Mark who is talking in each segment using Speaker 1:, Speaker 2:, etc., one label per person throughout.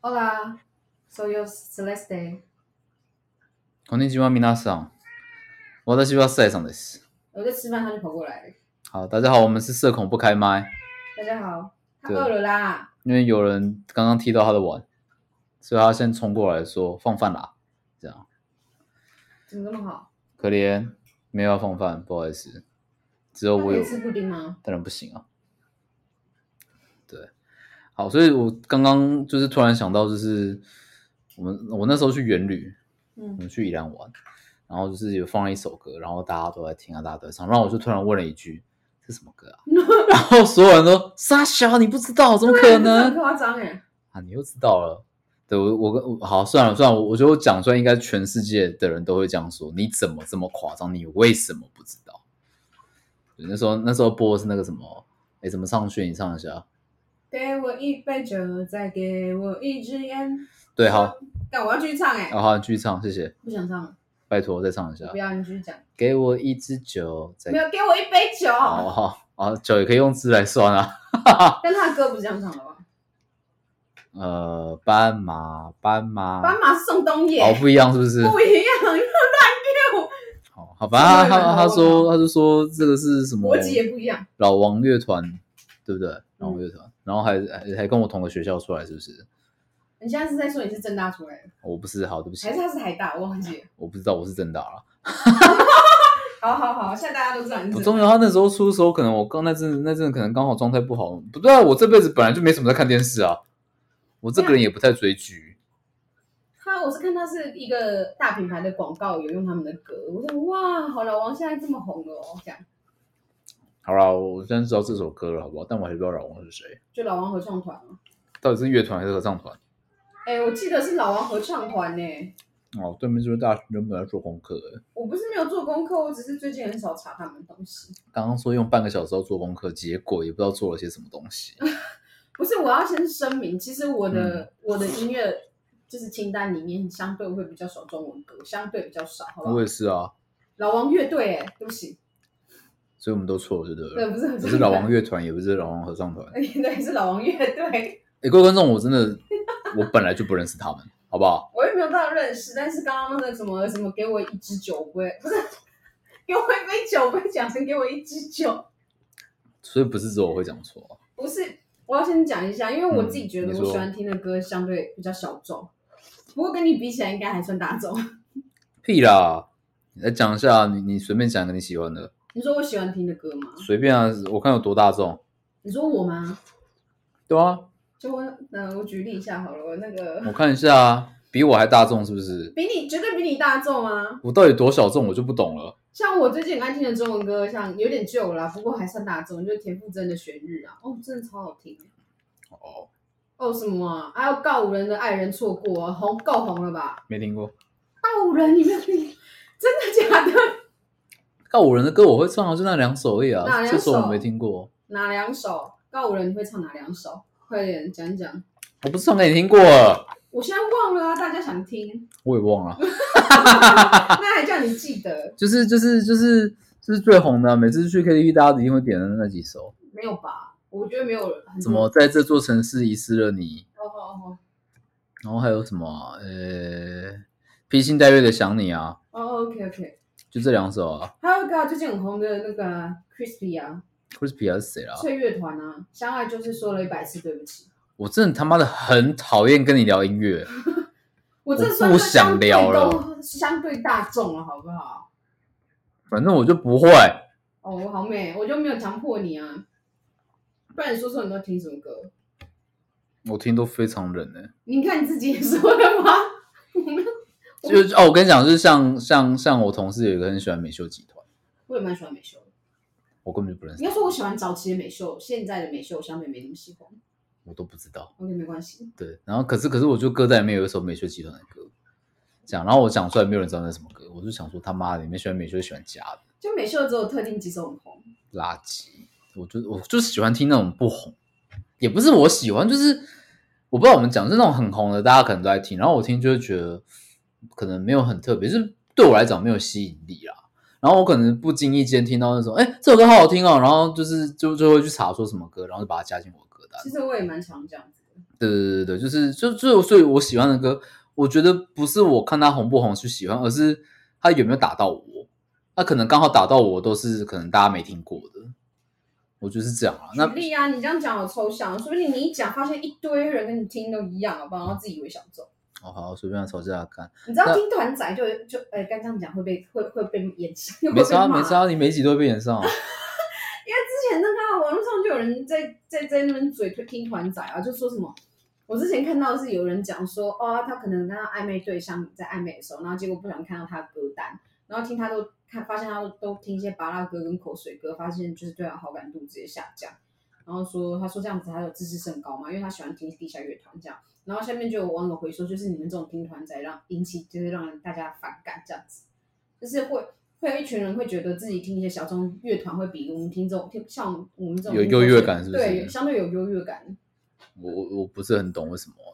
Speaker 1: Hola, soy yo Celeste.
Speaker 2: こんにちは、皆さん。私はサイさんです。
Speaker 1: 我在吃饭，他就跑过来。
Speaker 2: 好，大家好，我们是社恐不开麦，
Speaker 1: 大家好，他
Speaker 2: 对
Speaker 1: 饿了啦。
Speaker 2: 因为有人刚刚踢到他的碗，所以他先冲过来说放饭啦，这样
Speaker 1: 怎么这么好？
Speaker 2: 可怜，没有要放饭，不好意思，只有
Speaker 1: 那
Speaker 2: 我
Speaker 1: 可
Speaker 2: 有
Speaker 1: 以，吃布丁吗？
Speaker 2: 当然不行啊。对，好，所以我刚刚就是突然想到，就是我们我那时候去远旅，我
Speaker 1: 嗯
Speaker 2: 们去宜兰玩，然后就是有放了一首歌，然后大家都在听啊，大家都在唱，然后我就突然问了一句：“这什么歌啊？” 然后所有人都傻小，你不知道怎么可
Speaker 1: 很
Speaker 2: 能
Speaker 1: 夸张哎。
Speaker 2: 啊？你又知道了？对我我跟我好算了算了，我就讲出来，应该全世界的人都会这样说：你怎么这么夸张？你为什么不知道？对那时候那时候播的是那个什么，哎，怎么上去？你唱一下。
Speaker 1: 给我一杯酒，再给我一支烟。
Speaker 2: 对，好，。
Speaker 1: 但我要继续唱哎、
Speaker 2: 好好，你继续唱，谢谢，
Speaker 1: 不想唱了，
Speaker 2: 拜托再唱一下
Speaker 1: 不。要你继续讲。
Speaker 2: 给我一支酒，再
Speaker 1: 没有给我一杯酒，
Speaker 2: 好好好，酒也可以用字来算啊。
Speaker 1: 但他的歌不是这样唱的吧？
Speaker 2: 呃，斑马，斑马，
Speaker 1: 斑马是宋冬野，
Speaker 2: 哦，不一样是不是？
Speaker 1: 不一样，
Speaker 2: 好，好，反正他
Speaker 1: 这个有点
Speaker 2: 他他
Speaker 1: 搞
Speaker 2: 说他就说这个是什么
Speaker 1: 啊国籍也不一样。
Speaker 2: 老王乐团，对不对？老
Speaker 1: 嗯
Speaker 2: 王乐团，然后还还还跟我同个学校出来，是不是？
Speaker 1: 你现在是在说你是正大出来的，
Speaker 2: 我不是，好，对不起
Speaker 1: 还，是他是海大？我忘记了。
Speaker 2: 我不知道我是真的啊，
Speaker 1: 好好好，现在大家都知道你
Speaker 2: 不
Speaker 1: 是
Speaker 2: 重要。他那时候出的时候，可能我刚那阵那阵可能刚好状态不好，不对啊，我这辈子本来就没什么在看电视啊，我这个人也不太追剧。
Speaker 1: 他，我是看他是一个大品牌的广告有用他们的歌，我说哇，好老王现在这么红了哦，这样
Speaker 2: 好啦，我现在知道这首歌了，好不好？但我还不知道老王是谁，
Speaker 1: 就老王合唱团嘛。
Speaker 2: 到底是乐团还是合唱团？
Speaker 1: 哎，我记得是老王合唱团呢，
Speaker 2: 哦，对面就是大学生本来做功课的，
Speaker 1: 我不是没有做功课，我只是最近很少查他们的东西。
Speaker 2: 刚刚说用半个小时要做功课，结果也不知道做了些什么东西。
Speaker 1: 哦不是，我要先声明，其实我的、
Speaker 2: 嗯
Speaker 1: 我的音乐就是清单里面相对会比较少中文歌，相对比较少，好不
Speaker 2: 我
Speaker 1: 好？
Speaker 2: 也是啊，
Speaker 1: 老王乐队，哎，对不起，
Speaker 2: 所以我们都错了，对
Speaker 1: 对，
Speaker 2: 不对？
Speaker 1: 不是很
Speaker 2: 不是老王乐团，也不是老王合唱团。
Speaker 1: 乐， 对，是老王乐队，
Speaker 2: 哎，各位观众，我真的，我本来就不认识他们，好不好？
Speaker 1: 我也没有到认识，但是刚刚那个什么什么给我一支酒杯，不是 给我一杯酒杯，讲成给我一支酒，
Speaker 2: 所以不是只有我会讲错啊、
Speaker 1: 不是，我要先讲一下，因为我自己觉
Speaker 2: 嗯
Speaker 1: 得
Speaker 2: 你
Speaker 1: 我
Speaker 2: 说
Speaker 1: 喜欢听的歌相对比较小众，不过跟你比起来应该还算大众。
Speaker 2: 屁啦！你来讲一下，你你随便讲一个你喜欢的，
Speaker 1: 你说我喜欢听的歌吗？
Speaker 2: 随便啊，我看有多大众。
Speaker 1: 你说我吗？
Speaker 2: 对啊，
Speaker 1: 就我，嗯，我举例一下好了，我那
Speaker 2: 我
Speaker 1: 个
Speaker 2: 看一下啊，比我还大众是不是？
Speaker 1: 比你绝对比你大众啊。
Speaker 2: 我到底多小众，我就不懂了。
Speaker 1: 像我最近很爱听的中文歌，像有点旧了啦，不过还算大众，就是田馥甄的《旋律》啊，哦，真的超好听。
Speaker 2: 哦，
Speaker 1: 哦什么啊？还有告五人的《爱人错过》啊，红够红了吧？
Speaker 2: 没听过。
Speaker 1: 告五人你没有听？ 真的假的？
Speaker 2: 告五人的歌我会唱啊，就那两首而已啊
Speaker 1: 哪，两
Speaker 2: 这首我
Speaker 1: 首
Speaker 2: 没听过。
Speaker 1: 哪两首？告五人你会唱哪两首？快点讲讲。
Speaker 2: 我不是唱给你听过了，
Speaker 1: 我现在忘了啊，大家想听，
Speaker 2: 我也忘了，
Speaker 1: 那还叫你记得？
Speaker 2: 就是就是就是就是最红的啊、每次去 KTV 大家一定会点的那几首，
Speaker 1: 没有吧？我觉得没有很多
Speaker 2: 什么在这座城市遗失了你，
Speaker 1: 哦哦
Speaker 2: 然后还有什么啊呃、披星戴月的想你啊，
Speaker 1: 哦哦，OK OK。
Speaker 2: 就这两首啊。
Speaker 1: 还有一个啊最近很红的那个啊 Crispy 啊，
Speaker 2: Crispy 还是谁啦？
Speaker 1: 翠乐团啊，相爱就是说了一百次对不起。
Speaker 2: 我真的他妈的很讨厌跟你聊音乐，
Speaker 1: 我这
Speaker 2: 我不
Speaker 1: 算是
Speaker 2: 想聊了，
Speaker 1: 相对大众了，好不好？
Speaker 2: 反正我就不会。
Speaker 1: 哦，我好美，我就没有强迫你啊。不然你说说你都听什么歌？
Speaker 2: 我听都非常冷呢、
Speaker 1: 你看你自己也说了吗？我没有，我
Speaker 2: 就是哦，我跟你讲，就是像像像我同事有一个很喜欢美秀集团，
Speaker 1: 我也蛮喜欢美秀的。
Speaker 2: 我根本就不认识
Speaker 1: 应，该说我喜欢早期的美秀，现在的美秀相对没那么喜欢。
Speaker 2: 我都不知道。
Speaker 1: OK，没关系。
Speaker 2: 对，然后可是可是我就歌单里面有一首美秀集团的歌，讲，然后我讲出来没有人知道那是什么歌，我就想说他妈的，你们喜欢美秀就喜欢假的
Speaker 1: 就美秀只有特定几首很红，
Speaker 2: 垃圾，我就我就是喜欢听那种不红，也不是我喜欢，就是我不知道我们讲是那种很红的，大家可能都在听，然后我听就会觉得可能没有很特别，就是对我来讲没有吸引力啦。然后我可能不经意间听到那种，哎，这首歌好好听哦，然后就是就就会去查说什么歌，然后就把它加进我的歌单。
Speaker 1: 其实我也蛮常这样子的。
Speaker 2: 对对对对对，就是就就所以我喜欢的歌，我觉得不是我看他红不红去喜欢，而是他有没有打到我。他可能刚好打到我都是可能大家没听过的，我觉得是这样啊。那
Speaker 1: 举例啊，你这样讲好抽象，说不定你一讲，发现一堆人跟你听都一样，好不好？然后自己以为想中。
Speaker 2: 哦好，随便吵架看，
Speaker 1: 你知道
Speaker 2: 那
Speaker 1: 听团仔就就哎，刚这样讲会被会会被延伸，
Speaker 2: 没
Speaker 1: 会被
Speaker 2: 差啊
Speaker 1: 骂啊
Speaker 2: 没。差，你每集都会被演上啊。
Speaker 1: 因为之前那个啊网络上就有人在在在那边嘴推听团仔啊，就说什么。我之前看到的是有人讲说，哦，他可能跟他暧昧对象在暧昧的时候，然后结果不小心看到他的歌单，然后听他都看发现他都都听一些巴拉歌跟口水歌，发现就是对他好感度直接下降。然后说他说这样子他有自视甚高嘛，因为他喜欢听地下乐团这样。然后下面就有网友回说，就是你们这种听团仔让引起就是让大家反感这样子，就是会会有一群人会觉得自己听一些小众乐团会比我们听这种听像我们这种
Speaker 2: 有
Speaker 1: 听口
Speaker 2: 优越
Speaker 1: 水
Speaker 2: 感是不是
Speaker 1: 对，相对有优越感
Speaker 2: 我我我不是很懂为什么、啊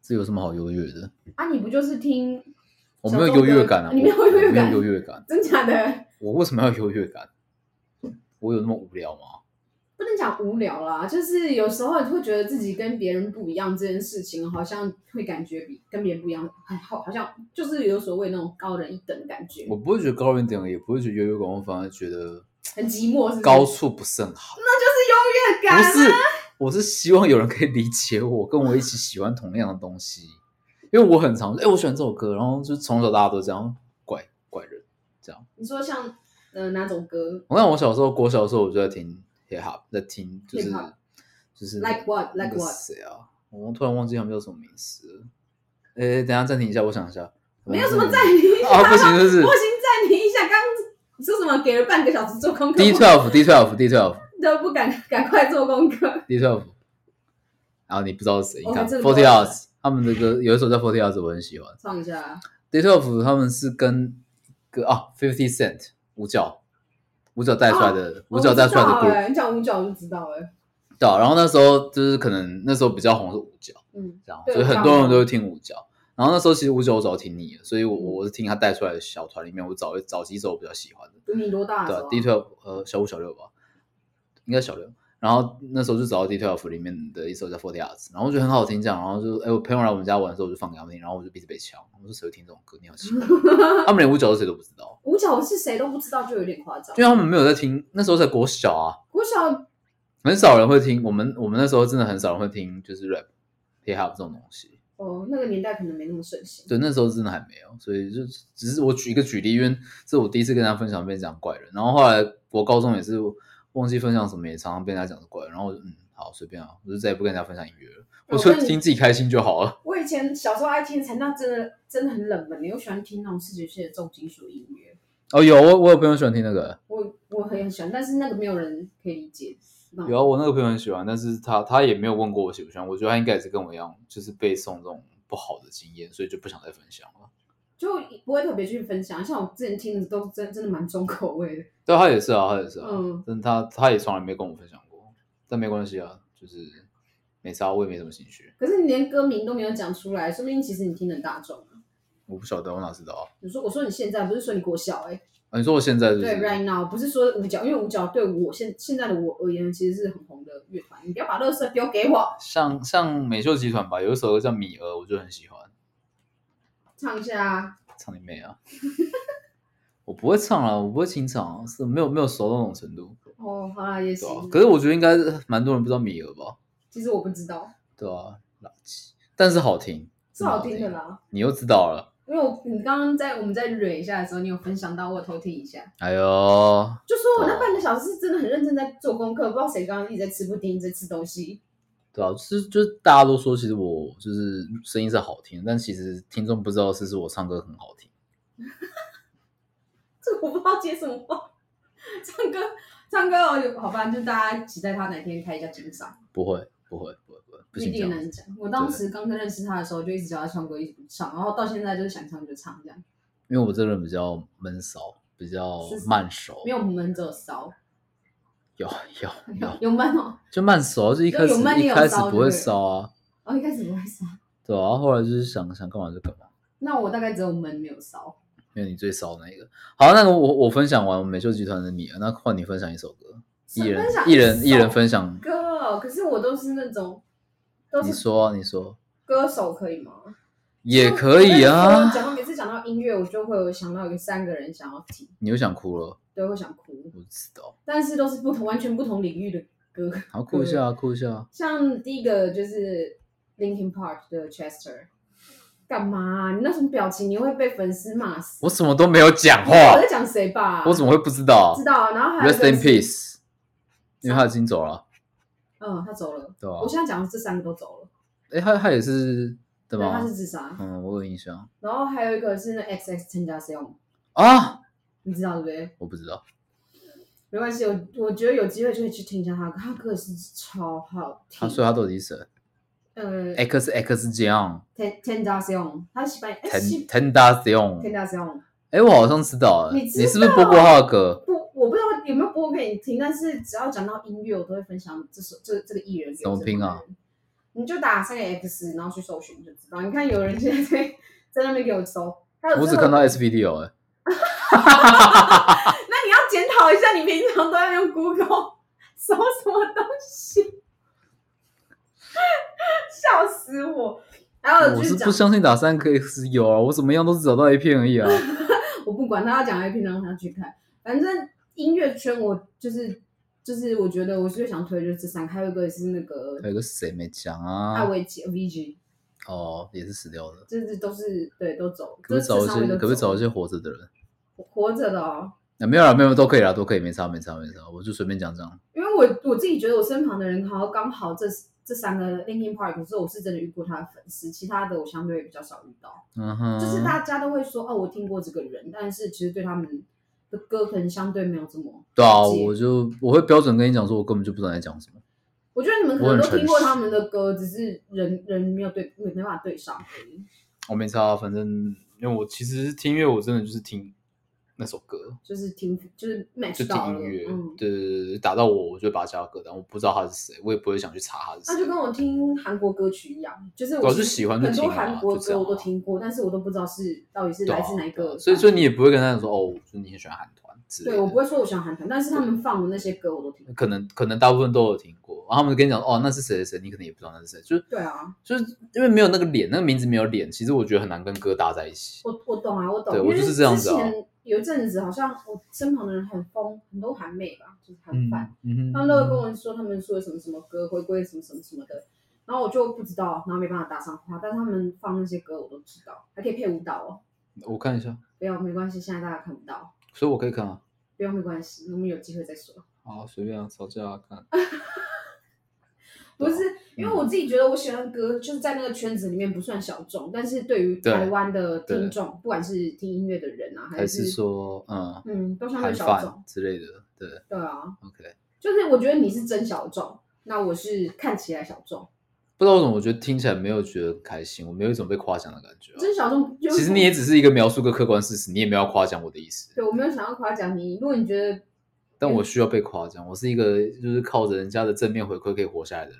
Speaker 2: 这有什么好优越的？
Speaker 1: 啊！你不就是听
Speaker 2: 我没有优越感啊，
Speaker 1: 你没有优越
Speaker 2: 我没
Speaker 1: 感，
Speaker 2: 有优越感，
Speaker 1: 真假的
Speaker 2: 我为什么要优越感？我有那么无聊吗？
Speaker 1: 不能讲无聊啦，就是有时候会觉得自己跟别人不一样这件事情，好像会感觉比跟别人不一样，哎，好好像就是有所谓那种高人一等的感觉
Speaker 2: 我，不会觉得高人一等，也不会觉得优越感，我反而觉得
Speaker 1: 很寂寞，是不是
Speaker 2: 高处不胜寒。
Speaker 1: 就是优越感、
Speaker 2: 不
Speaker 1: 啊，
Speaker 2: 是，我是希望有人可以理解我，跟我一起喜欢同样的东西，因为我很常哎、我喜欢这首歌，然后就从小大家都这样怪怪人这样。
Speaker 1: 你说像呃哪种歌
Speaker 2: 我看我小时候国小的时候，我就在听 hip hop，在听就是
Speaker 1: Hip-hop
Speaker 2: 就是
Speaker 1: ？Like what?
Speaker 2: 那
Speaker 1: Like
Speaker 2: 个
Speaker 1: what?
Speaker 2: 谁啊？我突然忘记他们叫什么名字了。哎、等一下暂停一下，我想一下。
Speaker 1: 没有什么暂停一下
Speaker 2: 啊，不行，就
Speaker 1: 不
Speaker 2: 是
Speaker 1: 行，暂停一下，刚刚说什么给了半个小时做功课，
Speaker 2: D twelve D twelve D twelve
Speaker 1: 都不敢赶快做功课。
Speaker 2: D twelve，然后你不知道是谁，你
Speaker 1: 我还
Speaker 2: 看
Speaker 1: 真
Speaker 2: f
Speaker 1: 的哦不知
Speaker 2: o r t y
Speaker 1: 道
Speaker 2: Hours，他们的歌有一首叫 f o r t y Hours，我很喜欢。
Speaker 1: 唱一下，
Speaker 2: Day Twelve 他们是跟个啊 Fifty Cent 五角五角带出来的、五角带出来的
Speaker 1: 啊我不知道
Speaker 2: g r o u
Speaker 1: 欸你讲五角我就知道哎，
Speaker 2: 对啊、然后那时候就是可能那时候比较红是五角
Speaker 1: 嗯，
Speaker 2: 这样，
Speaker 1: 对
Speaker 2: 所以
Speaker 1: 五角
Speaker 2: 很多人都会听五角。然后那时候其实五角我早就听腻了，所以我我是听他带出来的小团里面，我找找几首我比较喜欢的。
Speaker 1: 你多大的
Speaker 2: 对、
Speaker 1: 时
Speaker 2: 啊
Speaker 1: 候、啊？
Speaker 2: ，D Twelve 呃小五小六吧，应该小六。然后那时候就找到 D Twelve 里面的一首叫 Forty Arts，然后我觉得很好听，这样，然后就哎我朋友来我们家玩的时候，我就放给他们听，然后我就一直被抢，我说谁会听这种歌，你 好奇怪，他们连五角是谁都不知道。
Speaker 1: 五角是谁都不知道，就有点夸张
Speaker 2: 因。为他们没有在听，那时候才国小啊，
Speaker 1: 国小
Speaker 2: 很少人会听。我们我们那时候真的很少人会听，就是 rap、hip hop 这种东西。
Speaker 1: 哦，那个年代可能没那么盛行。
Speaker 2: 对，那时候真的还没有，所以就只是我举一个举例，因为这是我第一次跟大家分享被讲怪人，然后后来我高中也是忘记分享什么，也常常被人家讲是怪人，然后我就嗯好随便啊，我就再也不跟人家分享音乐了，我就
Speaker 1: 哦那你
Speaker 2: 听自己开心就好了。
Speaker 1: 我以前小时候爱听，陈那真的真的很冷门，欸我喜欢听那种视觉系的重金属音乐，
Speaker 2: 哦，有我我有朋友喜欢听那个，
Speaker 1: 我我很很喜欢，但是那个没有人可以理解。那种
Speaker 2: 有啊，我那个朋友很喜欢，但是他他也没有问过我喜不喜欢，我觉得他应该也是跟我一样，就是被送这种不好的经验，所以就不想再分享了。
Speaker 1: 就不会特别去分享。像我之前听的都真真的蛮重口味的，
Speaker 2: 对，他也是啊，他也是啊，
Speaker 1: 嗯
Speaker 2: 但他他也从来没跟我分享过，但没关系啊，就是没差，我也没什么兴趣，
Speaker 1: 可是你连歌名都没有讲出来，说不定其实你听得很大众啊。
Speaker 2: 我不晓得，我哪知道啊？
Speaker 1: 你说我说你现在不是说你国小哎、欸，
Speaker 2: 啊你说我现在就是
Speaker 1: 对，right now 不是说五角，因为五角对我现现在的我而言其实是很红的乐团，你不要把乐色丢给我，
Speaker 2: 像像美秀集团吧，有一首歌叫《米儿》，我就很喜欢，
Speaker 1: 唱一下啊。
Speaker 2: 唱你妹啊！ 我不会唱啊，我不会清唱啊，是没有没有熟到那种程度，
Speaker 1: 哦，好啦，也
Speaker 2: 对
Speaker 1: 行。
Speaker 2: 啊？可是我觉得应该蛮多人不知道米儿吧，
Speaker 1: 其实我不知道，
Speaker 2: 对啊？垃圾，但是好听，
Speaker 1: 是好听的，啦。
Speaker 2: 你又知道了，
Speaker 1: 因为我你刚刚在我们在蕊一下的时候，你有分享到我有偷听一下，
Speaker 2: 哎呦，
Speaker 1: 就说我那
Speaker 2: 啊
Speaker 1: 半个小时是真的很认真在做功课，不知道谁刚刚一直在吃布丁，一直在吃东西。
Speaker 2: 对啊，就是就是大家都说，其实我就是声音是好听的，但其实听众不知道是不是我唱歌很好听。
Speaker 1: 这我不知道接什么话。 唱歌，唱歌哦，有好吧，就大家期待他哪天开一下金嗓，
Speaker 2: 不会，不会，不会，不会，不
Speaker 1: 一
Speaker 2: 行这
Speaker 1: 定
Speaker 2: 样
Speaker 1: 难
Speaker 2: 子。
Speaker 1: 讲。我当时刚认识他的时候，就一直叫他唱歌，一直不唱，然后到现在就是想唱就唱这样，
Speaker 2: 因为我这个人比较闷骚，比较
Speaker 1: 是
Speaker 2: 慢熟。
Speaker 1: 没有闷只有骚，
Speaker 2: 有有有，
Speaker 1: 有闷哦，
Speaker 2: 就慢熟，啊就一开始
Speaker 1: 有慢也
Speaker 2: 一
Speaker 1: 有
Speaker 2: 开始
Speaker 1: 骚
Speaker 2: 不会
Speaker 1: 对不对
Speaker 2: 骚啊，
Speaker 1: 哦一开始不会骚，
Speaker 2: 对啊，后来就是想想干嘛就干嘛。
Speaker 1: 那我大概只有闷没有骚。
Speaker 2: 因为你最骚那个。好，啊那个我我分享完美秀集团的你了，啊那换你分享一首歌，一人
Speaker 1: 分享
Speaker 2: 一人一人
Speaker 1: 首
Speaker 2: 分享。
Speaker 1: 歌哦，可是我都是那种都
Speaker 2: 你
Speaker 1: 是
Speaker 2: 说，啊你说
Speaker 1: 歌手可以吗？
Speaker 2: 也可以
Speaker 1: 我跟你
Speaker 2: 啊
Speaker 1: 说。讲到每次讲到音乐，我就会有想到有三个人想要听，
Speaker 2: 你又想哭了，
Speaker 1: 对，会想哭，
Speaker 2: 我知道。
Speaker 1: 但是都是不同完全不同领域的歌。
Speaker 2: 好，哭一下啊，哭一下啊。
Speaker 1: 像第一个就是 Linkin Park 的 Chester，干嘛、你那什么表情，你会被粉丝骂死。
Speaker 2: 我什么都没有讲
Speaker 1: 你知道
Speaker 2: 话
Speaker 1: 我在，讲谁吧？
Speaker 2: 我怎么会不知道
Speaker 1: 知道？啊然后还有一
Speaker 2: ？Rest
Speaker 1: 个
Speaker 2: in
Speaker 1: 是
Speaker 2: peace，因为他已经走了，
Speaker 1: 嗯，他走了。
Speaker 2: 对吧
Speaker 1: 我？现在讲的这三个都走了，
Speaker 2: 哎，他他也是
Speaker 1: 对，
Speaker 2: 对
Speaker 1: 他
Speaker 2: 吧
Speaker 1: 是？自杀。
Speaker 2: 嗯，我有印象
Speaker 1: 然后还有一个是那 X X 参加 C M，
Speaker 2: 啊，
Speaker 1: 你知道对不对？
Speaker 2: 我不知道。
Speaker 1: 没关系，我我觉得有机会就会去听一下他的歌，他歌是超好听。
Speaker 2: 他说他到底是谁
Speaker 1: 呃
Speaker 2: ？X X 这样
Speaker 1: ，Ten Ten d a c i o n 他是西班牙，哎
Speaker 2: ，Ten
Speaker 1: 西
Speaker 2: Ten Da s i o
Speaker 1: Ten
Speaker 2: n
Speaker 1: d a c i o n
Speaker 2: 哎，我好像知道了，
Speaker 1: 你
Speaker 2: 你
Speaker 1: 知
Speaker 2: 是不是播过他的歌？
Speaker 1: 不，我不知道有没有播给你听，但是只要讲到音乐，我都会分享这首这这个艺人。
Speaker 2: 怎么拼啊？
Speaker 1: 你就打三个 X，然后去搜寻就知道。你看有人现在在在那边给我搜，还有
Speaker 2: 我
Speaker 1: 这
Speaker 2: 只
Speaker 1: 个
Speaker 2: 看到 S P D 哦，哎，
Speaker 1: 那你要检讨一下，你平常都要用 Google 搜什么东西，笑死我！然后
Speaker 2: 我
Speaker 1: 就是是讲
Speaker 2: 不，相信打三个 X 有啊，我怎么样都是找到 A 片而已啊。
Speaker 1: 我不管他要讲 A 片，让他去看。反正音乐圈我就是就是，我觉得我最想推的就是这三个，还有一个是那个
Speaker 2: 还有个谁没讲
Speaker 1: 艾
Speaker 2: 啊？
Speaker 1: 维奇 VG，
Speaker 2: 哦，也是死掉的。
Speaker 1: 这是都是对都走，
Speaker 2: 可不可以找一
Speaker 1: 这三位
Speaker 2: 些？
Speaker 1: 都
Speaker 2: 可不可以找一
Speaker 1: 走
Speaker 2: 些活着的人？
Speaker 1: 活着的哦？
Speaker 2: 啊，没有啦，没有都可以啦，都可以，没差，没差，没差，我就随便讲讲。
Speaker 1: 因为我我自己觉得我身旁的人好像刚好这这三个 Linkin Park，可是我是真的遇过他的粉丝，其他的我相对比较少遇到。
Speaker 2: 嗯哼，
Speaker 1: 就是大家都会说哦，我听过这个人，但是其实对他们的歌可能相对没有这么
Speaker 2: 对啊，
Speaker 1: 了解
Speaker 2: 我就我会标准跟你讲说，我根本就不知道你在讲什么。
Speaker 1: 我觉得你们可
Speaker 2: 我
Speaker 1: 能都
Speaker 2: 很诚
Speaker 1: 听过
Speaker 2: 实
Speaker 1: 他们的歌，只是人人没有对没没办法对上而已。
Speaker 2: 我没差啊，反正因为我其实听音乐，我真的就是听那首歌，
Speaker 1: 就是听就是 match
Speaker 2: 就
Speaker 1: 到
Speaker 2: 听
Speaker 1: 了，
Speaker 2: 音乐，
Speaker 1: 嗯，
Speaker 2: 对对对对，打到我，我就把它加到歌单，我不知道他是谁，我也不会想去查他是
Speaker 1: 那
Speaker 2: 谁
Speaker 1: 就。跟我听韩国歌曲一样，就是
Speaker 2: 对
Speaker 1: 我
Speaker 2: 啊就喜欢就
Speaker 1: 很多
Speaker 2: 听啊
Speaker 1: 韩国
Speaker 2: 就这
Speaker 1: 歌
Speaker 2: 样
Speaker 1: 我都
Speaker 2: 啊
Speaker 1: 听过，但是我都不知道是到底是
Speaker 2: 对啊
Speaker 1: 来自哪一
Speaker 2: 对
Speaker 1: 个
Speaker 2: 啊
Speaker 1: 版。
Speaker 2: 所以所以你也不会跟他讲说，哦，就是你很喜欢韩团之类的。
Speaker 1: 对我不会说我喜欢韩团，但是他们放的那些歌我都听过。
Speaker 2: 可能可能大部分都有听过，然后他们跟你讲哦，那是谁谁谁，你可能也不知道那是谁，就是
Speaker 1: 对啊，
Speaker 2: 就是因为没有那个脸，那个名字没有脸，其实我觉得很难跟歌搭在一起。
Speaker 1: 我我懂啊，我懂。
Speaker 2: 对
Speaker 1: 因
Speaker 2: 我
Speaker 1: 为
Speaker 2: 就是这样子啊
Speaker 1: 之前有一阵子好像我身旁的人很疯，很多韩妹吧，就是韩
Speaker 2: 嗯
Speaker 1: 范。
Speaker 2: 嗯哼，
Speaker 1: 他们都会跟我说他们说什么什么歌回归什么什么什么的，然后我就不知道，然后没办法搭上话。但是他们放那些歌我都知道，还可以配舞蹈哦。
Speaker 2: 我看一下，
Speaker 1: 不要没关系，现在大家看不到，
Speaker 2: 所以我可以看啊，
Speaker 1: 不要没关系，我们有机会再说。
Speaker 2: 好随便啊，吵架啊看。
Speaker 1: 不
Speaker 2: 哦
Speaker 1: 是因
Speaker 2: 嗯
Speaker 1: 为我自己觉得我喜欢的歌就是在那个圈子里面不算小众，但是对于
Speaker 2: 对
Speaker 1: 台湾的
Speaker 2: 对
Speaker 1: 听众，不管是听音乐的人啊，
Speaker 2: 还
Speaker 1: 是
Speaker 2: 是说嗯，
Speaker 1: 嗯，都相对
Speaker 2: 韩
Speaker 1: 小
Speaker 2: 范
Speaker 1: 众。
Speaker 2: 之类的，对
Speaker 1: 对啊，
Speaker 2: ，OK。
Speaker 1: 就是我觉得你是真小众，那我是看起来小众，
Speaker 2: 不知道为什么，我觉得听起来没有觉得很开心，我没有一种被夸奖的感觉啊、
Speaker 1: 真小众就是。
Speaker 2: 其实你也只是一个描述个客观事实，你也没有要夸奖我的意思。
Speaker 1: 对我没有想要夸奖你，如果你觉得
Speaker 2: 但我需要被夸奖，我是一个就是靠着人家的正面回馈可以活下来的人。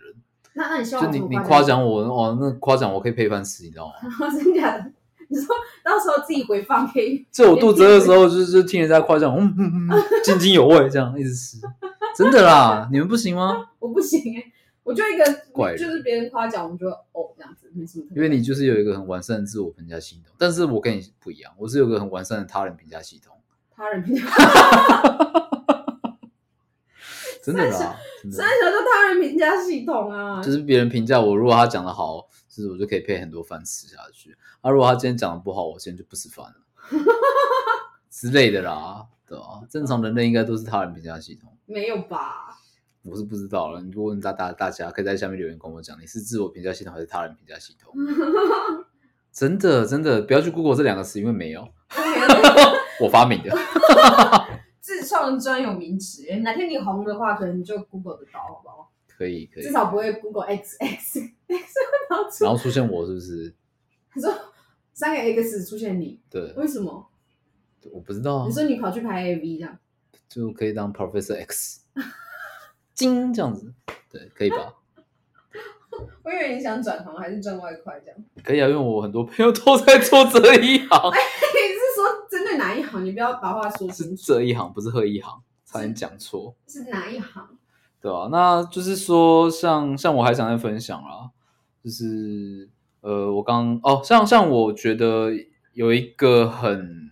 Speaker 1: 那那你希望
Speaker 2: 就
Speaker 1: 啊我
Speaker 2: 你
Speaker 1: 怎么
Speaker 2: 你
Speaker 1: 夸
Speaker 2: 夸奖我哦，那夸奖我可以配饭吃，你知道吗？
Speaker 1: 我，真假的？你 说到时候自己回放可以？
Speaker 2: 就我肚子饿的时候，就是就听人家夸奖，嗯嗯嗯，津津有味，这样一直吃，真的啦，你们不行吗？
Speaker 1: 我不行哎、我就一个
Speaker 2: 怪人
Speaker 1: 就是别人夸奖，我就哦这样子，没什么特
Speaker 2: 因
Speaker 1: 别。
Speaker 2: 为你就是有一个很完善的自我评价系统，但是我跟你不一样，我是有个很完善的他人评价系统，
Speaker 1: 他人评价，
Speaker 2: 真的啦，真的
Speaker 1: 三，小就他人评价系统啊，
Speaker 2: 就是别人评价我，如果他讲的好，就是我就可以配很多饭吃下去；，啊，如果他今天讲的不好，我今天就不吃饭了之类的啦，对啊，正常人类应该都是他人评价系统。
Speaker 1: 没有吧？
Speaker 2: 我是不知道了。如果你大大大家可以在下面留言跟我讲，你是自我评价系统还是他人评价系统？真的真的，不要去 Google 这两个词，因为没有，我发明的。
Speaker 1: 自创专有名词，哪天你红的话，可能你就 Google 得到，好不好？
Speaker 2: 可以可以
Speaker 1: 至，少不会 Google X X X 然后出
Speaker 2: 然后出现我是不是？
Speaker 1: 你说三个 X 出现你，
Speaker 2: 对，
Speaker 1: 为什么？
Speaker 2: 我不知道啊
Speaker 1: 你，说你跑去拍 AV 这样？
Speaker 2: 就可以当 Professor X，金这样子，对，可以
Speaker 1: 啊
Speaker 2: 吧？
Speaker 1: 我以为你想转行还是赚外快这样。
Speaker 2: 可以啊，因为我很多朋友都在做这一行，
Speaker 1: 哎你是说针对哪一行？你不要把话说
Speaker 2: 是
Speaker 1: 清楚，
Speaker 2: 这一行，不是这一行，差点讲错。
Speaker 1: 是哪一行？
Speaker 2: 对啊，那就是说像，像我还想再分享啦，就是呃，我刚哦，像像我觉得有一个很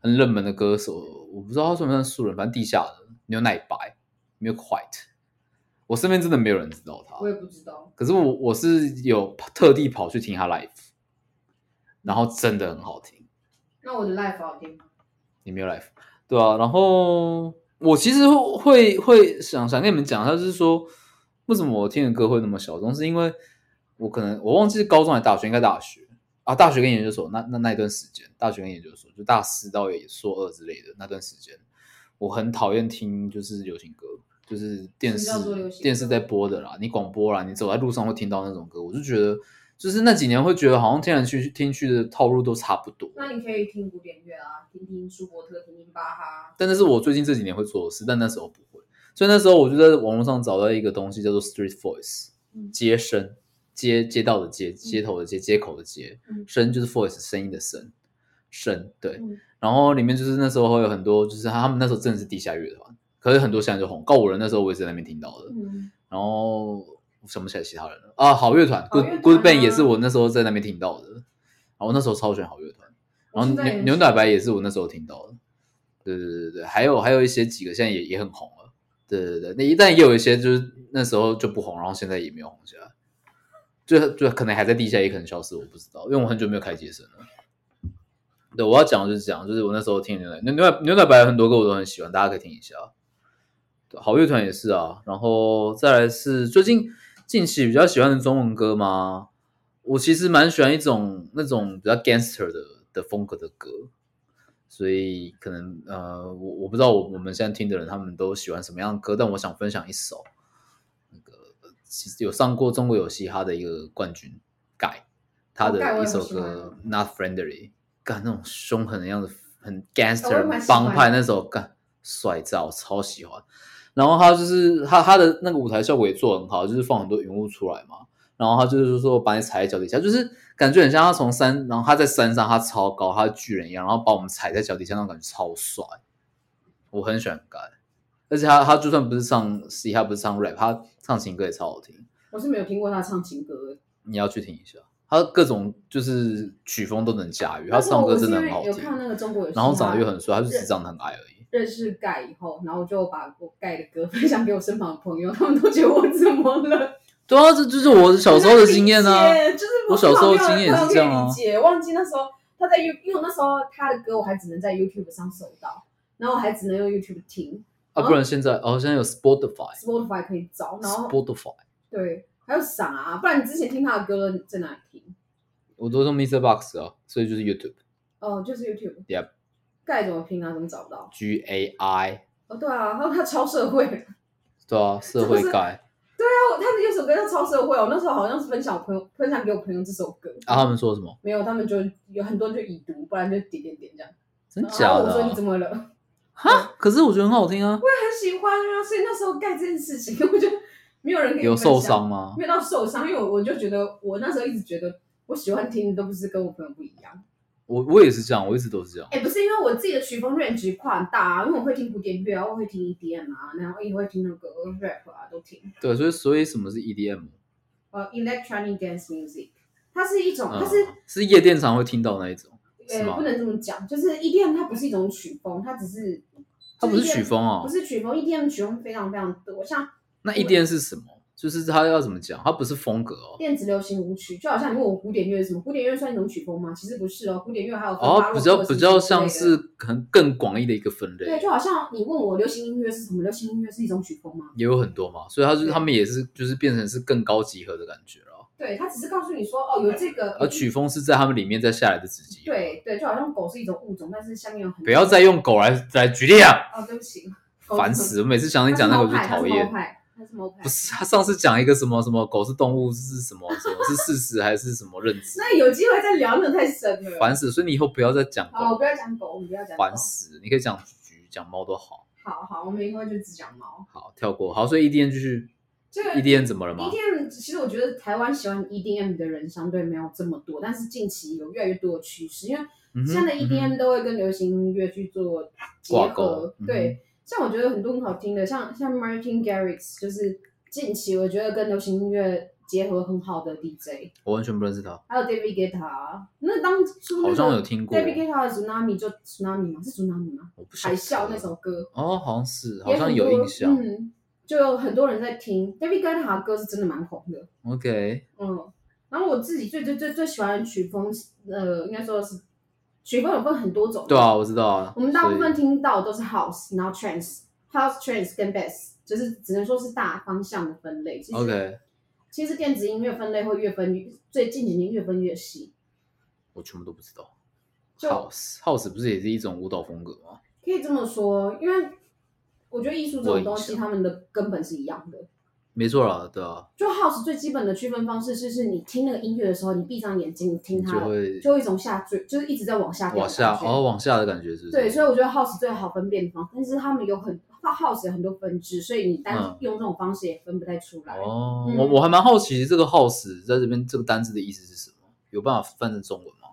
Speaker 2: 很冷门的歌手，我不知道他算不算素人，反正地下的牛奶白 Milk White，我身边真的没有人知道他
Speaker 1: 我，也不知道，
Speaker 2: 可是我我是有特地跑去听他 live，然后真的很好听。
Speaker 1: 那我的 life 好听吗？
Speaker 2: 你没有 life，对啊。然后我其实会会想想跟你们讲，就是说为什么我听的歌会那么小众，是因为我可能我忘记是高中还是大学，应该大学啊，大学跟研究所那那那一段时间，大学跟研究所就大四到也硕二之类的那段时间，我很讨厌听就是流行歌。就是电视
Speaker 1: 什么叫做流行歌
Speaker 2: 电视在播的啦，你广播啦，你走在路上会听到那种歌，我就觉得，就是那几年会觉得好像听来听去听去的套路都差不多。
Speaker 1: 那你可以听古典乐啊，听听舒伯特，听听巴哈，
Speaker 2: 但那是我最近这几年会做的事，但那时候不会。所以那时候我就在网络上找到一个东西叫做 street voice，
Speaker 1: 嗯
Speaker 2: 街声，街街道的街，街头的街，街口的街
Speaker 1: 嗯，
Speaker 2: 声就是 voice 声音的声，声对
Speaker 1: 嗯。
Speaker 2: 然后里面就是那时候会有很多，就是他们那时候真的是地下乐团，可是很多现在就红。告五人那时候我也是在那边听到的，
Speaker 1: 嗯，
Speaker 2: 然后我想不起来其他人了啊。好乐团
Speaker 1: 好乐
Speaker 2: ，Good
Speaker 1: 团啊
Speaker 2: Good Band 也是我那时候在那边听到的，然后那时候超喜欢好乐团。然后
Speaker 1: 我现在也
Speaker 2: 牛
Speaker 1: 是
Speaker 2: 牛奶白也是我那时候听到的，对对对对，还有还有一些几个现在也也很红了，对对对，那一旦也有一些就是那时候就不红，然后现在也没有红起来，就就可能还在地下，也可能消失，我不知道，因为我很久没有开街声了。对，我要讲的就是讲，就是我那时候听牛奶牛牛奶牛奶白有很多歌我都很喜欢，大家可以听一下。啊对好乐团也是啊，然后再来是最近近期比较喜欢的中文歌吗？我其实蛮喜欢一种那种比较 gangster 的的风格的歌，所以可能呃，我我不知道我我们现在听的人他们都喜欢什么样的歌，但我想分享一首那个其实有上过中国有嘻哈的一个冠军盖他
Speaker 1: 哦盖我
Speaker 2: 的一
Speaker 1: 也
Speaker 2: 首
Speaker 1: 很喜欢哦
Speaker 2: 歌《Not Friendly》，干那种凶狠的样子，很
Speaker 1: 哦我也
Speaker 2: gangster
Speaker 1: 蛮喜欢
Speaker 2: 帮派那首干帅照，超喜欢。然后他就是他他的那个舞台效果也做得很好，就是放很多云雾出来嘛。然后他就是说把你踩在脚底下，就是感觉很像他从山，然后他在山上，他超高，他是巨人一样，然后把我们踩在脚底下，那种感觉超帅。我很喜欢 g 而且他他就算不是唱嘻哈，不是唱 rap，他唱情歌也超好听，
Speaker 1: 我是没有听过他唱情歌的，
Speaker 2: 你要去听一下。他各种就是曲风都能驾驭，他
Speaker 1: 但是
Speaker 2: 唱
Speaker 1: 我
Speaker 2: 歌
Speaker 1: 是
Speaker 2: 真的
Speaker 1: 因为
Speaker 2: 很好
Speaker 1: 有看那
Speaker 2: 听，
Speaker 1: 个中国有嘻哈，
Speaker 2: 然后长得又很帅，他就只长得很矮而已。
Speaker 1: 认识盖以后，然后我就把我盖的歌 分享给我身旁的朋友，他们都觉得我怎么了？
Speaker 2: 对啊，这就是我小时候的经验啊。
Speaker 1: 很难理解就是
Speaker 2: 我小时候的经验也是这样
Speaker 1: 我
Speaker 2: 啊
Speaker 1: 没有理解，忘记那时候他在 You，因为我那时候他的歌我还只能在 YouTube 上搜到，然后我还只能用 YouTube 听
Speaker 2: 啊，不然现在哦，现在有 Spotify，Spotify，
Speaker 1: ，Spotify 可以找，然后对，还有赏啊，不然你之前听他的歌在哪里听？
Speaker 2: 我都用 Mr. Box 啊，所以就是 YouTube，G
Speaker 1: 哦，就是 YouTube。
Speaker 2: Yep
Speaker 1: 盖怎么拼啊？怎么找不到？
Speaker 2: A I，
Speaker 1: 哦，对啊，然后他超社会，对
Speaker 2: 对啊，社会盖
Speaker 1: 啊，他的有首歌叫超社会，我那时候好像是分享我朋友分享给我朋友这首歌
Speaker 2: 啊，他们说什么？
Speaker 1: 没有，他们就有很多人就已读，不然就点点点这样。
Speaker 2: 真
Speaker 1: 然
Speaker 2: 假
Speaker 1: 后我
Speaker 2: 的
Speaker 1: 说你
Speaker 2: 啊
Speaker 1: 怎？么了？我
Speaker 2: 哈，可是我觉得很好听啊，
Speaker 1: 很喜欢啊，所以那时候盖这件事情，我就没有人跟你
Speaker 2: 有
Speaker 1: 分享
Speaker 2: 受伤，吗？
Speaker 1: 没有到受伤，因为我我就觉得我那时候一直觉得我喜欢听的都不是跟我朋友不一样。
Speaker 2: 我我也是这样，我一直都是这样。
Speaker 1: 哎，不是因为我自己的曲风 range 跨很大啊，因为我会听古典乐啊，我会听 EDM 啊，然后也会听那个 rap 啊，都听。
Speaker 2: 对，所以所以什么是 E EDM？
Speaker 1: 呃，electronic dance music，它是一种，
Speaker 2: 嗯
Speaker 1: 它是、
Speaker 2: 是夜店常会听到那一种，是
Speaker 1: 呃
Speaker 2: 吗
Speaker 1: 不？能这么讲，就是 EDM 它不是一种曲风，它只是
Speaker 2: 它不
Speaker 1: 就是 EDM
Speaker 2: 曲风哦
Speaker 1: 不，是曲风，EDM 曲风非常非常多，像
Speaker 2: 那 EDM 是什么？就是它要怎么讲？它不是风格哦，
Speaker 1: 电子流行舞曲，就好像你问我古典乐是什么，古典乐算一种曲风吗？其实不是哦，古典乐还有分巴
Speaker 2: 哦，
Speaker 1: 洛
Speaker 2: 比
Speaker 1: 克
Speaker 2: 较
Speaker 1: 什么
Speaker 2: 比较
Speaker 1: 之类
Speaker 2: 像
Speaker 1: 的
Speaker 2: 是可能更广义的一个分类
Speaker 1: 对，，就好像你问我流行音乐是什么，流行音乐是一种曲风吗？
Speaker 2: 也有很多嘛，所以它就是
Speaker 1: 对
Speaker 2: 他们也是就是变成是更高集合的感觉了。
Speaker 1: 对，它只是告诉你说哦有这个
Speaker 2: 而曲风是在他们里面再下来的子集。，
Speaker 1: 对对，就好像狗是一种物种，但是下面有很多
Speaker 2: 不要再用狗来来举例啊，
Speaker 1: 哦，对不 起，狗
Speaker 2: 烦死！我每次想你讲那个我就讨厌。
Speaker 1: 它是猫派，它是猫派
Speaker 2: 不。是，他上次讲一个什么什么狗是动物是什么什么是事实还是什么认 知，
Speaker 1: 那有机会再聊，那太深了。
Speaker 2: 烦死！所以你以后不要再讲
Speaker 1: 好，我
Speaker 2: 狗，
Speaker 1: 哦不要讲狗，我们不要讲狗。
Speaker 2: 烦死！你可以讲菊，讲猫都好，
Speaker 1: 好好，我们以后就只讲猫。
Speaker 2: 好跳过。好，所以 EDM 继续
Speaker 1: 这个
Speaker 2: ，EDM 怎么了吗？
Speaker 1: EDM 其实我觉得台湾喜欢 EDM 的人相对没有这么多，但是近期有越来越多的趋势，因为
Speaker 2: 嗯哼
Speaker 1: 现在的 E
Speaker 2: 嗯
Speaker 1: EDM 都会跟流行音乐去做结
Speaker 2: 挂
Speaker 1: 合
Speaker 2: 钩。嗯哼
Speaker 1: 对，像我觉得很多很好听的，像像 Martin Garrix，就是近期我觉得跟流行音乐结合很好的 DJ，
Speaker 2: 我完全不认识他，
Speaker 1: 还有 David Guetta。那当初那
Speaker 2: 好
Speaker 1: 个
Speaker 2: 像有听过，
Speaker 1: David Guetta 的 Tsunami 就 Tsunami 嘛，是 Tsunami 吗？
Speaker 2: 我不晓
Speaker 1: 海
Speaker 2: 得
Speaker 1: 啸那首歌，
Speaker 2: 哦，好像是，好
Speaker 1: 也
Speaker 2: 像
Speaker 1: 很
Speaker 2: 有
Speaker 1: 多
Speaker 2: 印象。
Speaker 1: 嗯，就有很多人在听 David Guetta 的歌，是真的蛮红的。
Speaker 2: OK，
Speaker 1: 嗯，然后我自己最最最最喜欢的曲风，呃，应该说是曲风有分很多种。
Speaker 2: 对啊，，我知道啊。
Speaker 1: 我们大部分
Speaker 2: 所以
Speaker 1: 听到都是 house，然后 trance、house trance 跟 bass，就是只能说是大方向的分类。其实
Speaker 2: OK，
Speaker 1: 其实电子音乐分类会越分越，最近几年越分越细。
Speaker 2: 我全部都不知道。
Speaker 1: 就
Speaker 2: House House 不是也是一种舞蹈风格吗？
Speaker 1: 可以这么说，因为我觉得艺术这
Speaker 2: 我
Speaker 1: 种
Speaker 2: 也
Speaker 1: 东西，
Speaker 2: 想
Speaker 1: 他们的根本是一样的。
Speaker 2: 没错啦，对啊，
Speaker 1: 就 house 最基本的区分方式，就是你听那个音乐的时候，你闭上眼睛你听
Speaker 2: 你
Speaker 1: 它
Speaker 2: 就
Speaker 1: 的，
Speaker 2: 会
Speaker 1: 就会一种下坠，就是一直在往下掉
Speaker 2: 往
Speaker 1: 的
Speaker 2: 下
Speaker 1: 感觉
Speaker 2: 哦，往下的感觉是不是？哦
Speaker 1: 对，所以我觉得 house 最好分辨的方，但是他们有很 house 有很多分支，所以你单
Speaker 2: 嗯
Speaker 1: 用这种方式也分不太出来。
Speaker 2: 哦，
Speaker 1: 嗯
Speaker 2: 我我还蛮好奇这个 house 在这边这个单字的意思是什么？有办法翻成中文吗？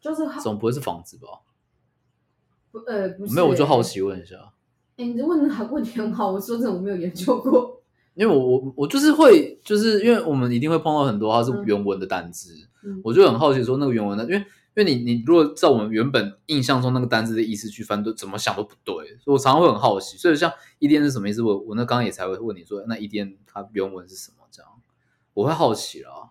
Speaker 1: 就是
Speaker 2: 总不会是房子吧？
Speaker 1: 不呃不是
Speaker 2: 没有，我就
Speaker 1: 欸。
Speaker 2: 好奇问一下，
Speaker 1: 哎、你这问的问题很好，我说真的我没有研究过。
Speaker 2: 因为我我我就是会，就是因为我们一定会碰到很多它是
Speaker 1: 嗯
Speaker 2: 原文的单字，
Speaker 1: 嗯
Speaker 2: 我就很好奇说那个原文的，因为因为你你如果照我们原本印象中那个单字的意思去翻，都怎么想都不对，所以我常常会很好奇。所以像 EDN 是什么意思，我我那刚刚也才会问你说，那 EDN 它原文是什么？这样我会好奇
Speaker 1: 哦
Speaker 2: 啦。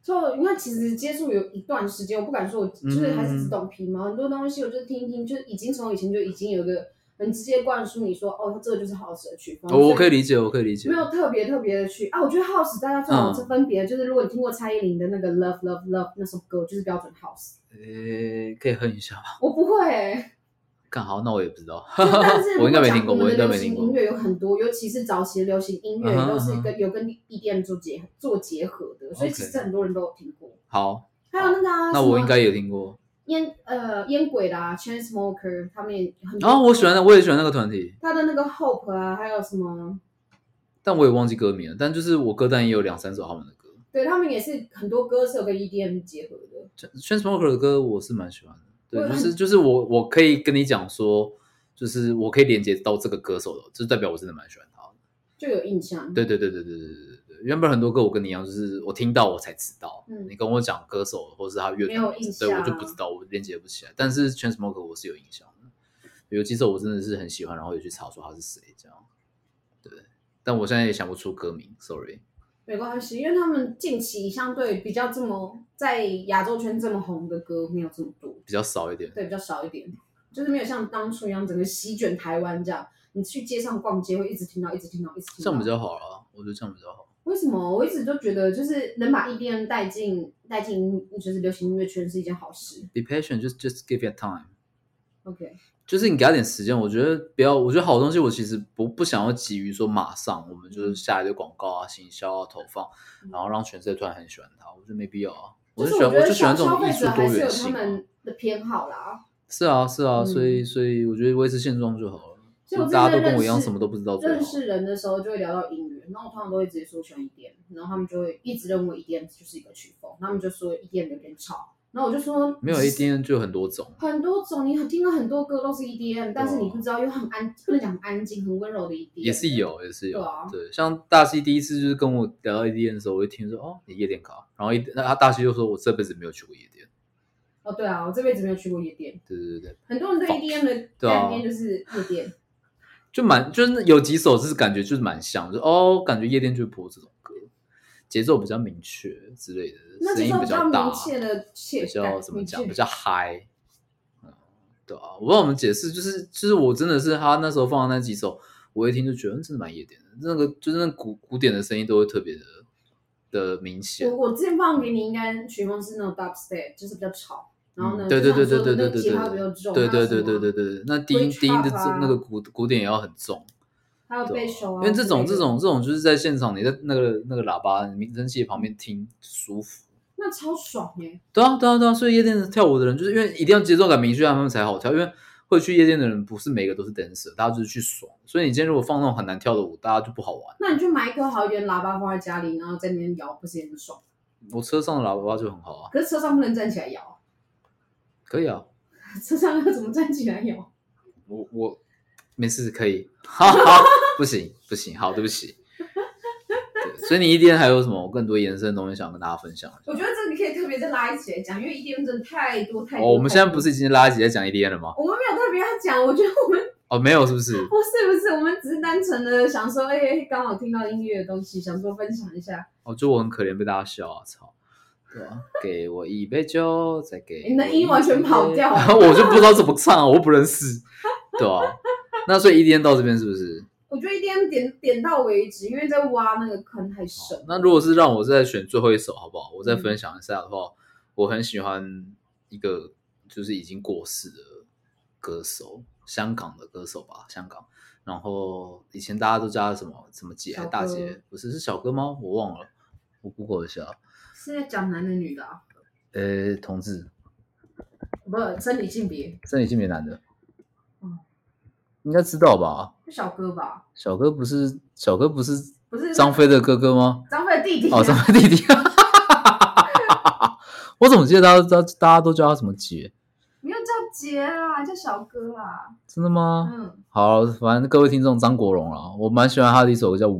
Speaker 1: 就因为其实接触有一段时间，我不敢说我就是
Speaker 2: 嗯
Speaker 1: 还是只懂皮毛，很多东西我就听一听，就是已经从以前就已经有一个很直接灌输你说，哦，这个就是 house 的曲风。
Speaker 2: 哦我我可以
Speaker 1: 理
Speaker 2: 理解，我可以理解
Speaker 1: 没。有特别特别的去啊，我觉得 house 大家最
Speaker 2: 嗯
Speaker 1: 好是分别，就是如果你听过蔡依林的那个 Love Love Love 那首歌，就是标准 house。
Speaker 2: 诶，可以哼一下吗？
Speaker 1: 我不会、 欸。
Speaker 2: 干好，那我也不知道
Speaker 1: 就但是，
Speaker 2: 我应该没听过，
Speaker 1: 如
Speaker 2: 我
Speaker 1: 果
Speaker 2: 应该
Speaker 1: 讲们的流
Speaker 2: 没听
Speaker 1: 行
Speaker 2: 过
Speaker 1: 音。乐有很多，尤其是早期的流行音乐
Speaker 2: 嗯哼
Speaker 1: 都是
Speaker 2: 嗯哼
Speaker 1: 跟有跟 EDM 做结做结合的，所以
Speaker 2: OK
Speaker 1: 其实很多人都有听过。
Speaker 2: 好，
Speaker 1: 还有那个、啊，什
Speaker 2: 那
Speaker 1: 么
Speaker 2: 我应该也听过。
Speaker 1: 烟呃烟鬼啦，Chain Smoker 他们也很多
Speaker 2: 然后啊哦我喜欢的，我也喜欢那个团体，
Speaker 1: 他的那个 Hope 啊，还有什么，
Speaker 2: 但我也忘记歌名了。但就是我歌单也有两三首他们的歌。
Speaker 1: 对他们也是很多歌手跟 EDM 结合的。
Speaker 2: t r a n s m o k e r 的歌我是蛮喜欢的，
Speaker 1: 我
Speaker 2: 对，
Speaker 1: 也
Speaker 2: 就
Speaker 1: 很
Speaker 2: 是就是我我可以跟你讲说，就是我可以连接到这个歌手的，这代表我真的蛮喜欢他的。
Speaker 1: 就有印象，
Speaker 2: 对对对对对对对对对，原本很多歌我跟你一样，就是我听到我才知道，
Speaker 1: 嗯
Speaker 2: 你跟我讲歌手或是他乐
Speaker 1: 没有
Speaker 2: 团名
Speaker 1: 印
Speaker 2: 字，对我就
Speaker 1: 象
Speaker 2: 不知道，我连接不起来。但是 t r a n s m o k e r 我是有印象的，有几首我真的是很喜欢，然后也去查说他是谁这样，对，但我现在也想不出歌名，sorry。
Speaker 1: 没关系，因为他们近期相对比较这么在亚洲圈这么红的歌没有这么多。
Speaker 2: 比较少一点，
Speaker 1: 对，比较少一点，就是没有像当初一样整个席卷台湾这样。你去街上逛街会一直听到，一直听到，一直听到。
Speaker 2: 这样比较好啦，我觉得这样比较好。
Speaker 1: 为什么？我一直就觉得，就是能把 EDM 带进带进就是流行音乐圈是一件好事。
Speaker 2: Be patient, just just give it time。
Speaker 1: OK，
Speaker 2: 就是你给他点时间，我觉得不要，我觉得好东西我其实不不想要急于说马上，我们就是下一堆广告啊、行销啊、投放，
Speaker 1: 嗯
Speaker 2: 然后让全世界突然很喜欢它，我觉得没必要啊。我
Speaker 1: 就是
Speaker 2: 喜欢，
Speaker 1: 觉
Speaker 2: 我
Speaker 1: 得
Speaker 2: 就喜
Speaker 1: 消
Speaker 2: 欢这
Speaker 1: 消
Speaker 2: 种
Speaker 1: 费
Speaker 2: 艺术
Speaker 1: 者还
Speaker 2: 多
Speaker 1: 是有
Speaker 2: 元
Speaker 1: 他
Speaker 2: 性啊、
Speaker 1: 们的偏好啦。
Speaker 2: 是啊，是啊，
Speaker 1: 嗯
Speaker 2: 所以所以我觉得维持现状就好了。
Speaker 1: 所以我
Speaker 2: 就
Speaker 1: 之
Speaker 2: 大家
Speaker 1: 前
Speaker 2: 都跟我
Speaker 1: 认
Speaker 2: 一样，
Speaker 1: 识
Speaker 2: 什么都不知道最
Speaker 1: 认
Speaker 2: 好。
Speaker 1: 识人的时候就会聊到音乐，然后我通常都会直接说喜欢 EDM，然后他们就会一直认为 EDM 就是一个曲风，然后他们就说 EDM 有点吵，然后我就说
Speaker 2: 没有 ADN 就有很多种，
Speaker 1: 很多种，你很听到很多歌都是 EDM，但是你不知道又很安，不能讲很安静，很温柔的 EDM，
Speaker 2: 也是。有，也是有。
Speaker 1: 对啊
Speaker 2: 像大西第一次就是跟我聊到 ADN 的时候，我就听说哦，你夜店卡，然后一那他大西就说我这辈子没有去过夜店。
Speaker 1: 哦，对啊，我这辈子没有去过夜店，
Speaker 2: 对对对对。
Speaker 1: 很多人对 EDM 的
Speaker 2: 对啊
Speaker 1: 概念就是夜店，
Speaker 2: 就蛮就是有几首是感觉就是蛮像，就哦，感觉夜店就会播这种歌，节奏比较明确之类的，
Speaker 1: 那
Speaker 2: 声
Speaker 1: 节
Speaker 2: 音
Speaker 1: 奏
Speaker 2: 比
Speaker 1: 比较
Speaker 2: 较大
Speaker 1: 明，确的切
Speaker 2: 比较
Speaker 1: 感
Speaker 2: 怎么
Speaker 1: 明
Speaker 2: 讲，
Speaker 1: 确
Speaker 2: 比较嗨。嗯，对啊，我帮我们解释，就是就是我真的是他那时候放的那几首，我一听就觉得嗯真的蛮夜店的，那个就是那古古典的声音都会特别的的明显嗯
Speaker 1: 我。我之前放给你应该曲风是那种 dubstep，就是比较吵，然后呢，
Speaker 2: 嗯对对对
Speaker 1: 就像
Speaker 2: 对对对
Speaker 1: 你
Speaker 2: 对
Speaker 1: 说的那个节
Speaker 2: 对
Speaker 1: 拍比较重，
Speaker 2: 对对
Speaker 1: 还有
Speaker 2: 对
Speaker 1: 什么
Speaker 2: 对对，对，那低音
Speaker 1: Witch
Speaker 2: 低音的
Speaker 1: Hub
Speaker 2: 这
Speaker 1: 啊
Speaker 2: 那个古古典也要很重。
Speaker 1: 还有
Speaker 2: 对啊
Speaker 1: bass 手啊
Speaker 2: 因
Speaker 1: 之类的，
Speaker 2: 为这种这种这种就是在现场，你在那个那个喇叭民生器旁边听舒服。
Speaker 1: 那超爽耶，
Speaker 2: 对啊，对啊，对啊，所以夜店的跳舞的人，就是因为一定要节奏感明确，他们才好跳。因为会去夜店的人，不是每个都是 dancer，大家就是去爽。所以你今天如果放那种很难跳的舞，大家就不好玩。
Speaker 1: 那你就买一颗好一点的喇叭放在家里，然后在那边摇，不是也很爽？
Speaker 2: 我车上的喇叭就很好啊，
Speaker 1: 可是车上不能站起来摇啊，
Speaker 2: 可以啊，
Speaker 1: 车上要怎么站起来摇？
Speaker 2: 我我没事，可以。哈哈，不行不行，好，对不起。对所以你一天还有什么更多延伸的东西想跟大家分享？
Speaker 1: 我觉得这个可以特别再拉一起来讲，因为 EDM 真的太多太多。
Speaker 2: 哦，我们现在不是已经拉一集在讲 EDM 了吗？
Speaker 1: 我们没有特别要讲，我觉得我们
Speaker 2: 哦，没有，是不是？
Speaker 1: 不是不是，我们只是单纯的想说，哎、刚好听到音乐的东西，想说分享一下。
Speaker 2: 哦，就我很可怜被大家笑啊，操！对啊，给我一杯酒，再给
Speaker 1: 你的
Speaker 2: 我
Speaker 1: 音
Speaker 2: 一
Speaker 1: 完全
Speaker 2: 杯
Speaker 1: 跑掉了
Speaker 2: 我就不知道怎么唱啊，我又不认识， 对啊。那所以 EDM 到这边是不是？
Speaker 1: 我觉得 EDM 点点到为止，因为在挖那个坑太深。
Speaker 2: 那如果是让我再选最后一首，好不好？我再分享一下的话，我很喜欢一个就是已经过世的歌手，香港的歌手吧，香港。然后以前大家都叫他什么什么姐
Speaker 1: 小哥
Speaker 2: 大姐，不是是小哥吗？我忘了，我 Google 一下。
Speaker 1: 是在讲男的女的啊？
Speaker 2: 呃，同志，
Speaker 1: 不是生理性别，
Speaker 2: 生理性别男的
Speaker 1: 嗯，
Speaker 2: 应该知道吧？
Speaker 1: 是小哥吧？
Speaker 2: 小哥不是小哥不是
Speaker 1: 不是
Speaker 2: 张飞的哥哥吗？
Speaker 1: 张飞的弟弟、啊。
Speaker 2: 哦，张飞弟弟。 我怎么记得大家大大家都叫他什么姐？
Speaker 1: 没有叫杰啊，叫小哥啦。
Speaker 2: 真的吗？
Speaker 1: 嗯，
Speaker 2: 好，反正各位听众，张国荣啦，我蛮喜欢他的一首歌叫《我》，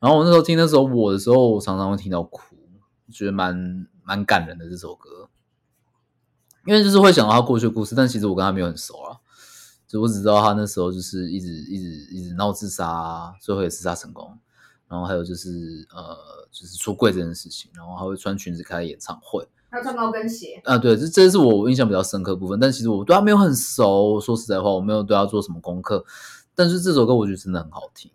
Speaker 2: 然后我那时候听那首《我》的时候，我常常会听到哭，觉得蛮蛮感人的这首歌，因为就是会想到他过去的故事，但其实我跟他没有很熟啊，就我只知道他那时候就是一直一直一直闹自杀啊，最后也自杀成功，然后还有就是呃就是出柜这件事情，然后还会穿裙子开演唱会，
Speaker 1: 还有穿高跟鞋。
Speaker 2: 啊，对，这这是我印象比较深刻的部分，但其实我对他没有很熟，说实在话，我没有对他做什么功课，但是这首歌我觉得真的很好听。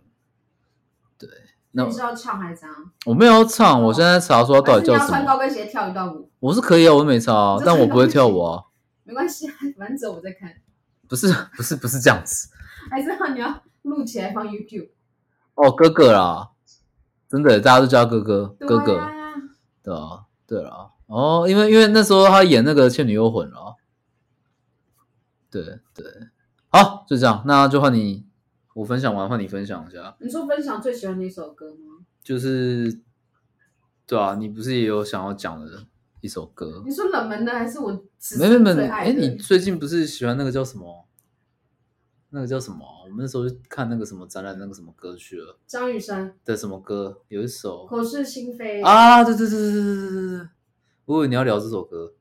Speaker 2: 对，那
Speaker 1: 你是要唱还是怎样？
Speaker 2: 我没有要唱，我现在查说他到
Speaker 1: 还
Speaker 2: 底
Speaker 1: 是你
Speaker 2: 叫
Speaker 1: 要
Speaker 2: 什
Speaker 1: 穿高
Speaker 2: 么，
Speaker 1: 跟鞋跳一段舞？
Speaker 2: 我是可以啊，我又没唱啊，
Speaker 1: 你就
Speaker 2: 但我
Speaker 1: 穿
Speaker 2: 不
Speaker 1: 高
Speaker 2: 会
Speaker 1: 跟
Speaker 2: 跳
Speaker 1: 鞋
Speaker 2: 舞啊，
Speaker 1: 没关系，反正只有我在看。
Speaker 2: 不是不是不是这样子
Speaker 1: 还是要你要录起来放 YouTube。
Speaker 2: 哦，哥哥啦，真的大家都叫他哥哥哥
Speaker 1: 对
Speaker 2: 哥，
Speaker 1: 啊
Speaker 2: 对啊对啦，哦，因为因为那时候他演那个《倩女幽魂》了，对对，好，就这样，那就换你，我分享完换你分享一下。
Speaker 1: 你说分享最喜欢的一首歌吗？
Speaker 2: 就是，对啊，你不是也有想要讲的一首歌？
Speaker 1: 你说冷门的还是我此
Speaker 2: 没
Speaker 1: 生
Speaker 2: 没
Speaker 1: 最
Speaker 2: 没，
Speaker 1: 爱
Speaker 2: 哎、
Speaker 1: 的
Speaker 2: 你最近不是喜欢那个叫什么？那个叫什么啊？我们那时候去看那个什么展览，那个什么歌去了
Speaker 1: 张雨生
Speaker 2: 的什么歌？有一首
Speaker 1: 口是心非，
Speaker 2: 啊，对对对对对对对对，我以为你要聊这首歌，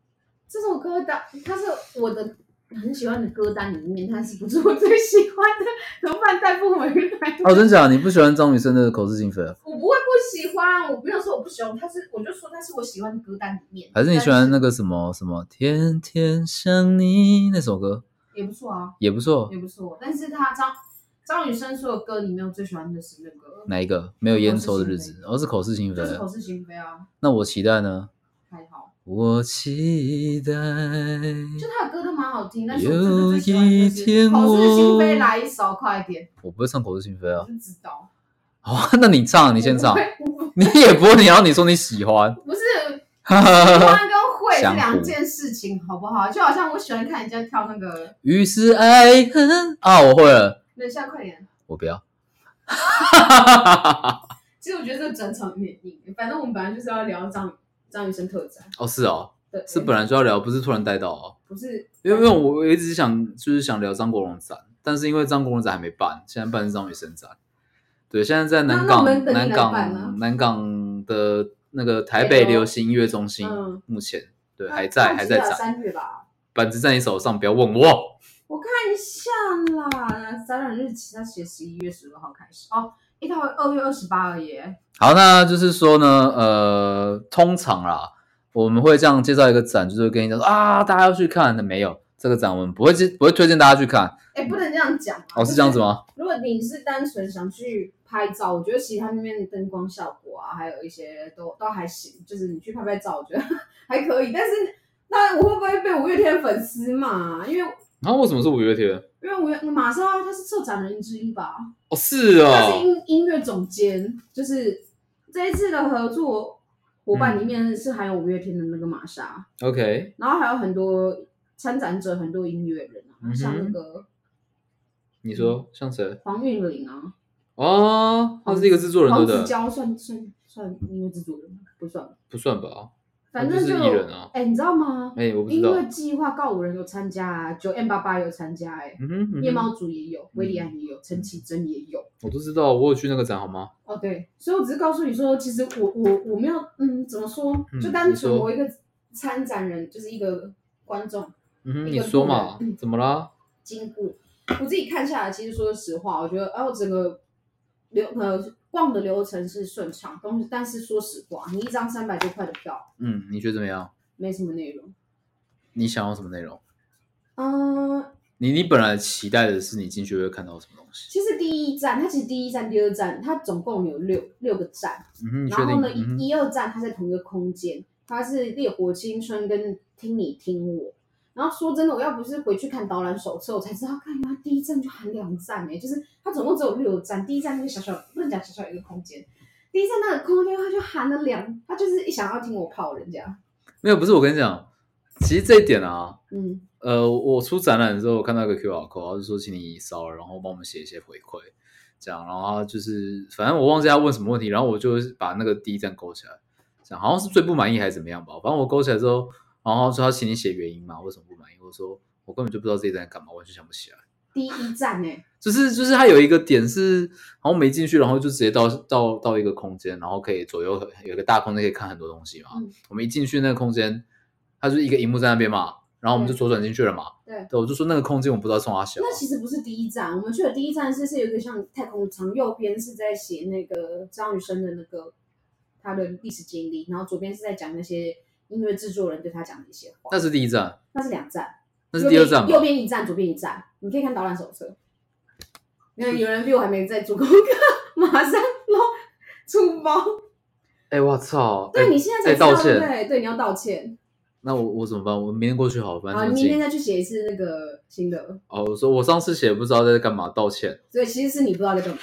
Speaker 1: 这首歌的它是我的很喜欢的歌单里面，它是不是我最喜欢的？怎么办？带不回来。
Speaker 2: 哦，真假？你不喜欢张雨生的《口是心非》啊？
Speaker 1: 我不会不喜欢，我没有说我不喜欢，它是我就说它是我喜欢的歌单里面。
Speaker 2: 还是你喜欢那
Speaker 1: 个？
Speaker 2: 个什么什么天天想你那首歌
Speaker 1: 也不错啊，
Speaker 2: 也不错？
Speaker 1: 也不错。但是他张张雨生所有歌里面，我最喜欢的是那个，
Speaker 2: 哪一个？没有烟抽的
Speaker 1: 口
Speaker 2: 日
Speaker 1: 是
Speaker 2: 子，而、哦、是口是心非
Speaker 1: 就是。口是心非啊，
Speaker 2: 那我期待呢？
Speaker 1: 还好。
Speaker 2: 我期待
Speaker 1: 就他的歌都蛮好听，但是我真的
Speaker 2: 有
Speaker 1: 最喜欢的
Speaker 2: 一
Speaker 1: 就是
Speaker 2: 天
Speaker 1: 《
Speaker 2: 我
Speaker 1: 口是心非》来一首，快一点，
Speaker 2: 我不会唱《口是心非》
Speaker 1: 我
Speaker 2: 啊。
Speaker 1: 就知道。
Speaker 2: 好，啊那你唱，你
Speaker 1: 你
Speaker 2: 先唱。
Speaker 1: 不
Speaker 2: 你也不会，你然后你说你喜欢，
Speaker 1: 是
Speaker 2: 哈
Speaker 1: 喜
Speaker 2: 哈哈。
Speaker 1: 欢跟会是
Speaker 2: 想
Speaker 1: 两
Speaker 2: 哭
Speaker 1: 件事情，好不好？就好像我喜欢看人家跳那个，
Speaker 2: 于是爱恨啊，我会了，
Speaker 1: 等一下快点。
Speaker 2: 我不要。
Speaker 1: 其实我觉得这个转场有点硬，反正我们本来就是要聊张张雨生特展，
Speaker 2: 哦，是哦，
Speaker 1: 对，
Speaker 2: 是本来就要聊，不是突然带到哦。
Speaker 1: 不是
Speaker 2: 因为因为我一直想就是想聊张国荣展，但是因为张国荣展还没办，现在办是张雨生展。对，现在在南
Speaker 1: 那那我
Speaker 2: 港
Speaker 1: 们等你
Speaker 2: 南
Speaker 1: 来办啊
Speaker 2: 港南港的那个台
Speaker 1: 北
Speaker 2: 北
Speaker 1: 流
Speaker 2: 流行音乐中心
Speaker 1: 嗯，
Speaker 2: 目前对
Speaker 1: 那
Speaker 2: 还在
Speaker 1: 那
Speaker 2: 还
Speaker 1: 记
Speaker 2: 在
Speaker 1: 得
Speaker 2: 展。
Speaker 1: 三月吧，
Speaker 2: 板子在你手上，不要问我。
Speaker 1: 我看一下啦，展览日期他写十一月十五号开始哦，一到二月二十八而已。哎
Speaker 2: 好，那就是说呢，呃，通常啦，我们会这样介绍一个展，就是跟你讲说啊，大家要去看的没有这个展，我们不会介不会推荐大家去看。
Speaker 1: 哎，不能这样讲啊
Speaker 2: 哦，是这样子？吗？
Speaker 1: 如果你是单纯想去拍照，我觉得其他那边的灯光效果啊，还有一些都都还行，就是你去拍拍照，我觉得还可以。但是，那我会不会被五月天的粉丝骂？因为
Speaker 2: 然、啊后为什么是五月天？
Speaker 1: 因为五月马上要他是策展人之一吧，
Speaker 2: 哦，是
Speaker 1: 他是
Speaker 2: 哦，
Speaker 1: 音音乐总监，就是这一次的合作伙伴里面是含有五月天的那个玛莎，
Speaker 2: OK，
Speaker 1: 然后还有很多参展者，很多音乐人啊，
Speaker 2: 嗯哼
Speaker 1: 像那个
Speaker 2: 你说像谁？
Speaker 1: 黄韵玲啊，
Speaker 2: 哦，他是一个制作人，对
Speaker 1: 黄
Speaker 2: 不
Speaker 1: 子
Speaker 2: 对？
Speaker 1: 佼算算算音乐制作人吗不算，
Speaker 2: 不算吧？
Speaker 1: 反
Speaker 2: 那
Speaker 1: 正
Speaker 2: 就是
Speaker 1: 就
Speaker 2: 艺人啊
Speaker 1: 哎、你知道吗？
Speaker 2: 哎、我不知
Speaker 1: 因
Speaker 2: 道。
Speaker 1: 为计划告五人有参加、啊，九 M 八八有参加、哎、
Speaker 2: 嗯哼，嗯哼
Speaker 1: 夜猫族也有，维里安也有，陈绮贞也有。
Speaker 2: 我都知道，我有去那个展好吗？
Speaker 1: 哦，对，所以我只是告诉你说，其实我我我没有，嗯，怎么说
Speaker 2: 嗯，
Speaker 1: 就单
Speaker 2: 你
Speaker 1: 纯
Speaker 2: 说
Speaker 1: 我一个参展人，就是一个观众
Speaker 2: 嗯哼，
Speaker 1: 一
Speaker 2: 你
Speaker 1: 个
Speaker 2: 说
Speaker 1: 路人
Speaker 2: 嘛
Speaker 1: 嗯，
Speaker 2: 怎么啦？
Speaker 1: 经过，我自己看下来，其实说实话，我觉得哦，整个流呃逛的流程是顺畅，东西，但是说实话，你一张三百多块的票，
Speaker 2: 嗯，你觉得怎么样？
Speaker 1: 没什么内容。
Speaker 2: 你想要什么内容？
Speaker 1: 嗯、
Speaker 2: 你你本来期待的是你进去会看到什么东西？
Speaker 1: 其实第一站，它其实第一站、第二站，它总共有六六个站，
Speaker 2: 嗯哼，你确
Speaker 1: 然后
Speaker 2: 定？
Speaker 1: 呢，
Speaker 2: 嗯哼
Speaker 1: 一一二站它在同一个空间，它是《烈火青春》跟《听你听我》。然后说真的，我要不是回去看导览手册，我才知道，看它第一站就含两站哎、就是它总共只有六站，第一站那个小小不能讲小小一个空间，第一站那个空间它就含了两，它就是一想要听我泡人家，
Speaker 2: 没有，不是我跟你讲，其实这一点啊，
Speaker 1: 嗯，
Speaker 2: 呃，我出展览的时候，我看到一个 QR code，他就说请你扫，然后帮我们写一些回馈，这样，然后他就是反正我忘记他问什么问题，然后我就把那个第一站勾起来，这样好像是最不满意还是怎么样吧，反正我勾起来之后，然后说他请你写原因嘛，为什么不满意？我说我根本就不知道这一站在干嘛，完全想不起来。
Speaker 1: 第一站哎、
Speaker 2: 就是就是它有一个点是，然后没进去，然后就直接到到到一个空间，然后可以左右有一个大空间可以看很多东西嘛。
Speaker 1: 嗯
Speaker 2: 我们一进去那个空间，它就是一个荧幕在那边嘛，然后我们就
Speaker 1: 对
Speaker 2: 左转进去了嘛。
Speaker 1: 对
Speaker 2: 我就说那个空间我不知道冲哪小啊。
Speaker 1: 那其实不是第一站，我们去的第一站是是有一个像太空舱，右边是在写那个张雨生的那个他的历史经历，然后左边是在讲那些音乐制作人对他讲的一些话。
Speaker 2: 那是第一站，
Speaker 1: 那是两站，
Speaker 2: 那是第二
Speaker 1: 右
Speaker 2: 站
Speaker 1: 边右
Speaker 2: 吧？
Speaker 1: 边一站，左边一站，你可以看导览手册。你看有人比我还没在做功课，马上捞出包。
Speaker 2: 哎，我操！
Speaker 1: 对
Speaker 2: 哎
Speaker 1: 你现在才
Speaker 2: 哎
Speaker 1: 知道
Speaker 2: 道
Speaker 1: 对不
Speaker 2: 歉。
Speaker 1: 对？对，你要道歉。
Speaker 2: 那我我怎么办？我明天过去好了，反
Speaker 1: 好，
Speaker 2: 正这
Speaker 1: 你
Speaker 2: 么
Speaker 1: 明天
Speaker 2: 近。
Speaker 1: 再去写一次那个新的。
Speaker 2: 哦，我说我上次写不知道在干嘛，道歉。
Speaker 1: 所以其实是你不知道在干嘛。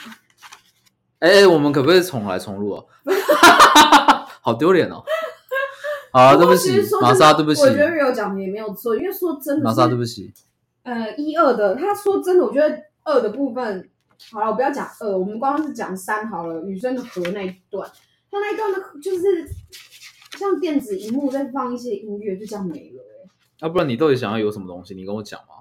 Speaker 2: 哎、哎，我们可不可以重来重 录啊？好丢脸哦！好啊，对不起
Speaker 1: 过其实说，真
Speaker 2: 玛
Speaker 1: 的
Speaker 2: 莎，对不起，
Speaker 1: 我觉得 Rio 讲的也没有错，因为说真的，
Speaker 2: 玛莎，对不起。
Speaker 1: 呃，一二的，他说真的，我觉得二的部分，好了，我不要讲二，我们光是讲三好了。女生的和那一段，他那一段的，就是像电子荧幕在放一些音乐，就这样没了、欸。
Speaker 2: 要、啊不然你到底想要有什么东西？你跟我讲嘛。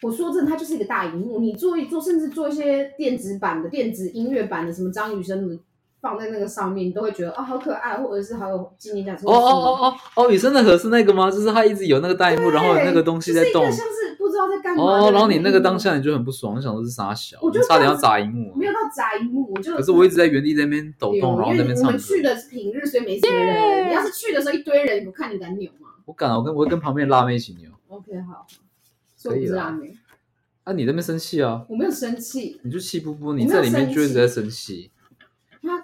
Speaker 1: 我说真的，它就是一个大荧幕，你做一做，甚至做一些电子版的、电子音乐版的，什么张雨生的，放在那个上面，你都会觉得啊、好可爱，或者是好有纪念价值。
Speaker 2: 哦
Speaker 1: 或者是
Speaker 2: 哦哦哦哦，雨生的河是那个吗？就是它一直有那个大荧幕，然后有哦那个东西在动
Speaker 1: 就是一个。像是不知道在干嘛的
Speaker 2: 哦，然后你那
Speaker 1: 荧
Speaker 2: 个
Speaker 1: 幕
Speaker 2: 当下你就很不爽，你想说是傻小，
Speaker 1: 我就
Speaker 2: 你差点要
Speaker 1: 这样
Speaker 2: 砸荧幕、
Speaker 1: 没有
Speaker 2: 啊。
Speaker 1: 到砸荧幕，我就
Speaker 2: 可是我一直在原地在那边抖
Speaker 1: 因为
Speaker 2: 动，然后在那边
Speaker 1: 我
Speaker 2: 唱
Speaker 1: 们
Speaker 2: 歌。
Speaker 1: 去的是平日，所以没什么人。你要是去的时候一堆人，我看你敢扭吗
Speaker 2: 我敢啊，我跟我会跟旁边的辣妹一起扭。
Speaker 1: ？OK，好，所
Speaker 2: 可
Speaker 1: 以我
Speaker 2: 以
Speaker 1: 不是
Speaker 2: 啦
Speaker 1: 辣妹，
Speaker 2: 啊，你在那边生气啊？
Speaker 1: 我没有生气。
Speaker 2: 你就气不不，
Speaker 1: 没有
Speaker 2: 你在里面就一直在
Speaker 1: 生
Speaker 2: 生气。
Speaker 1: 他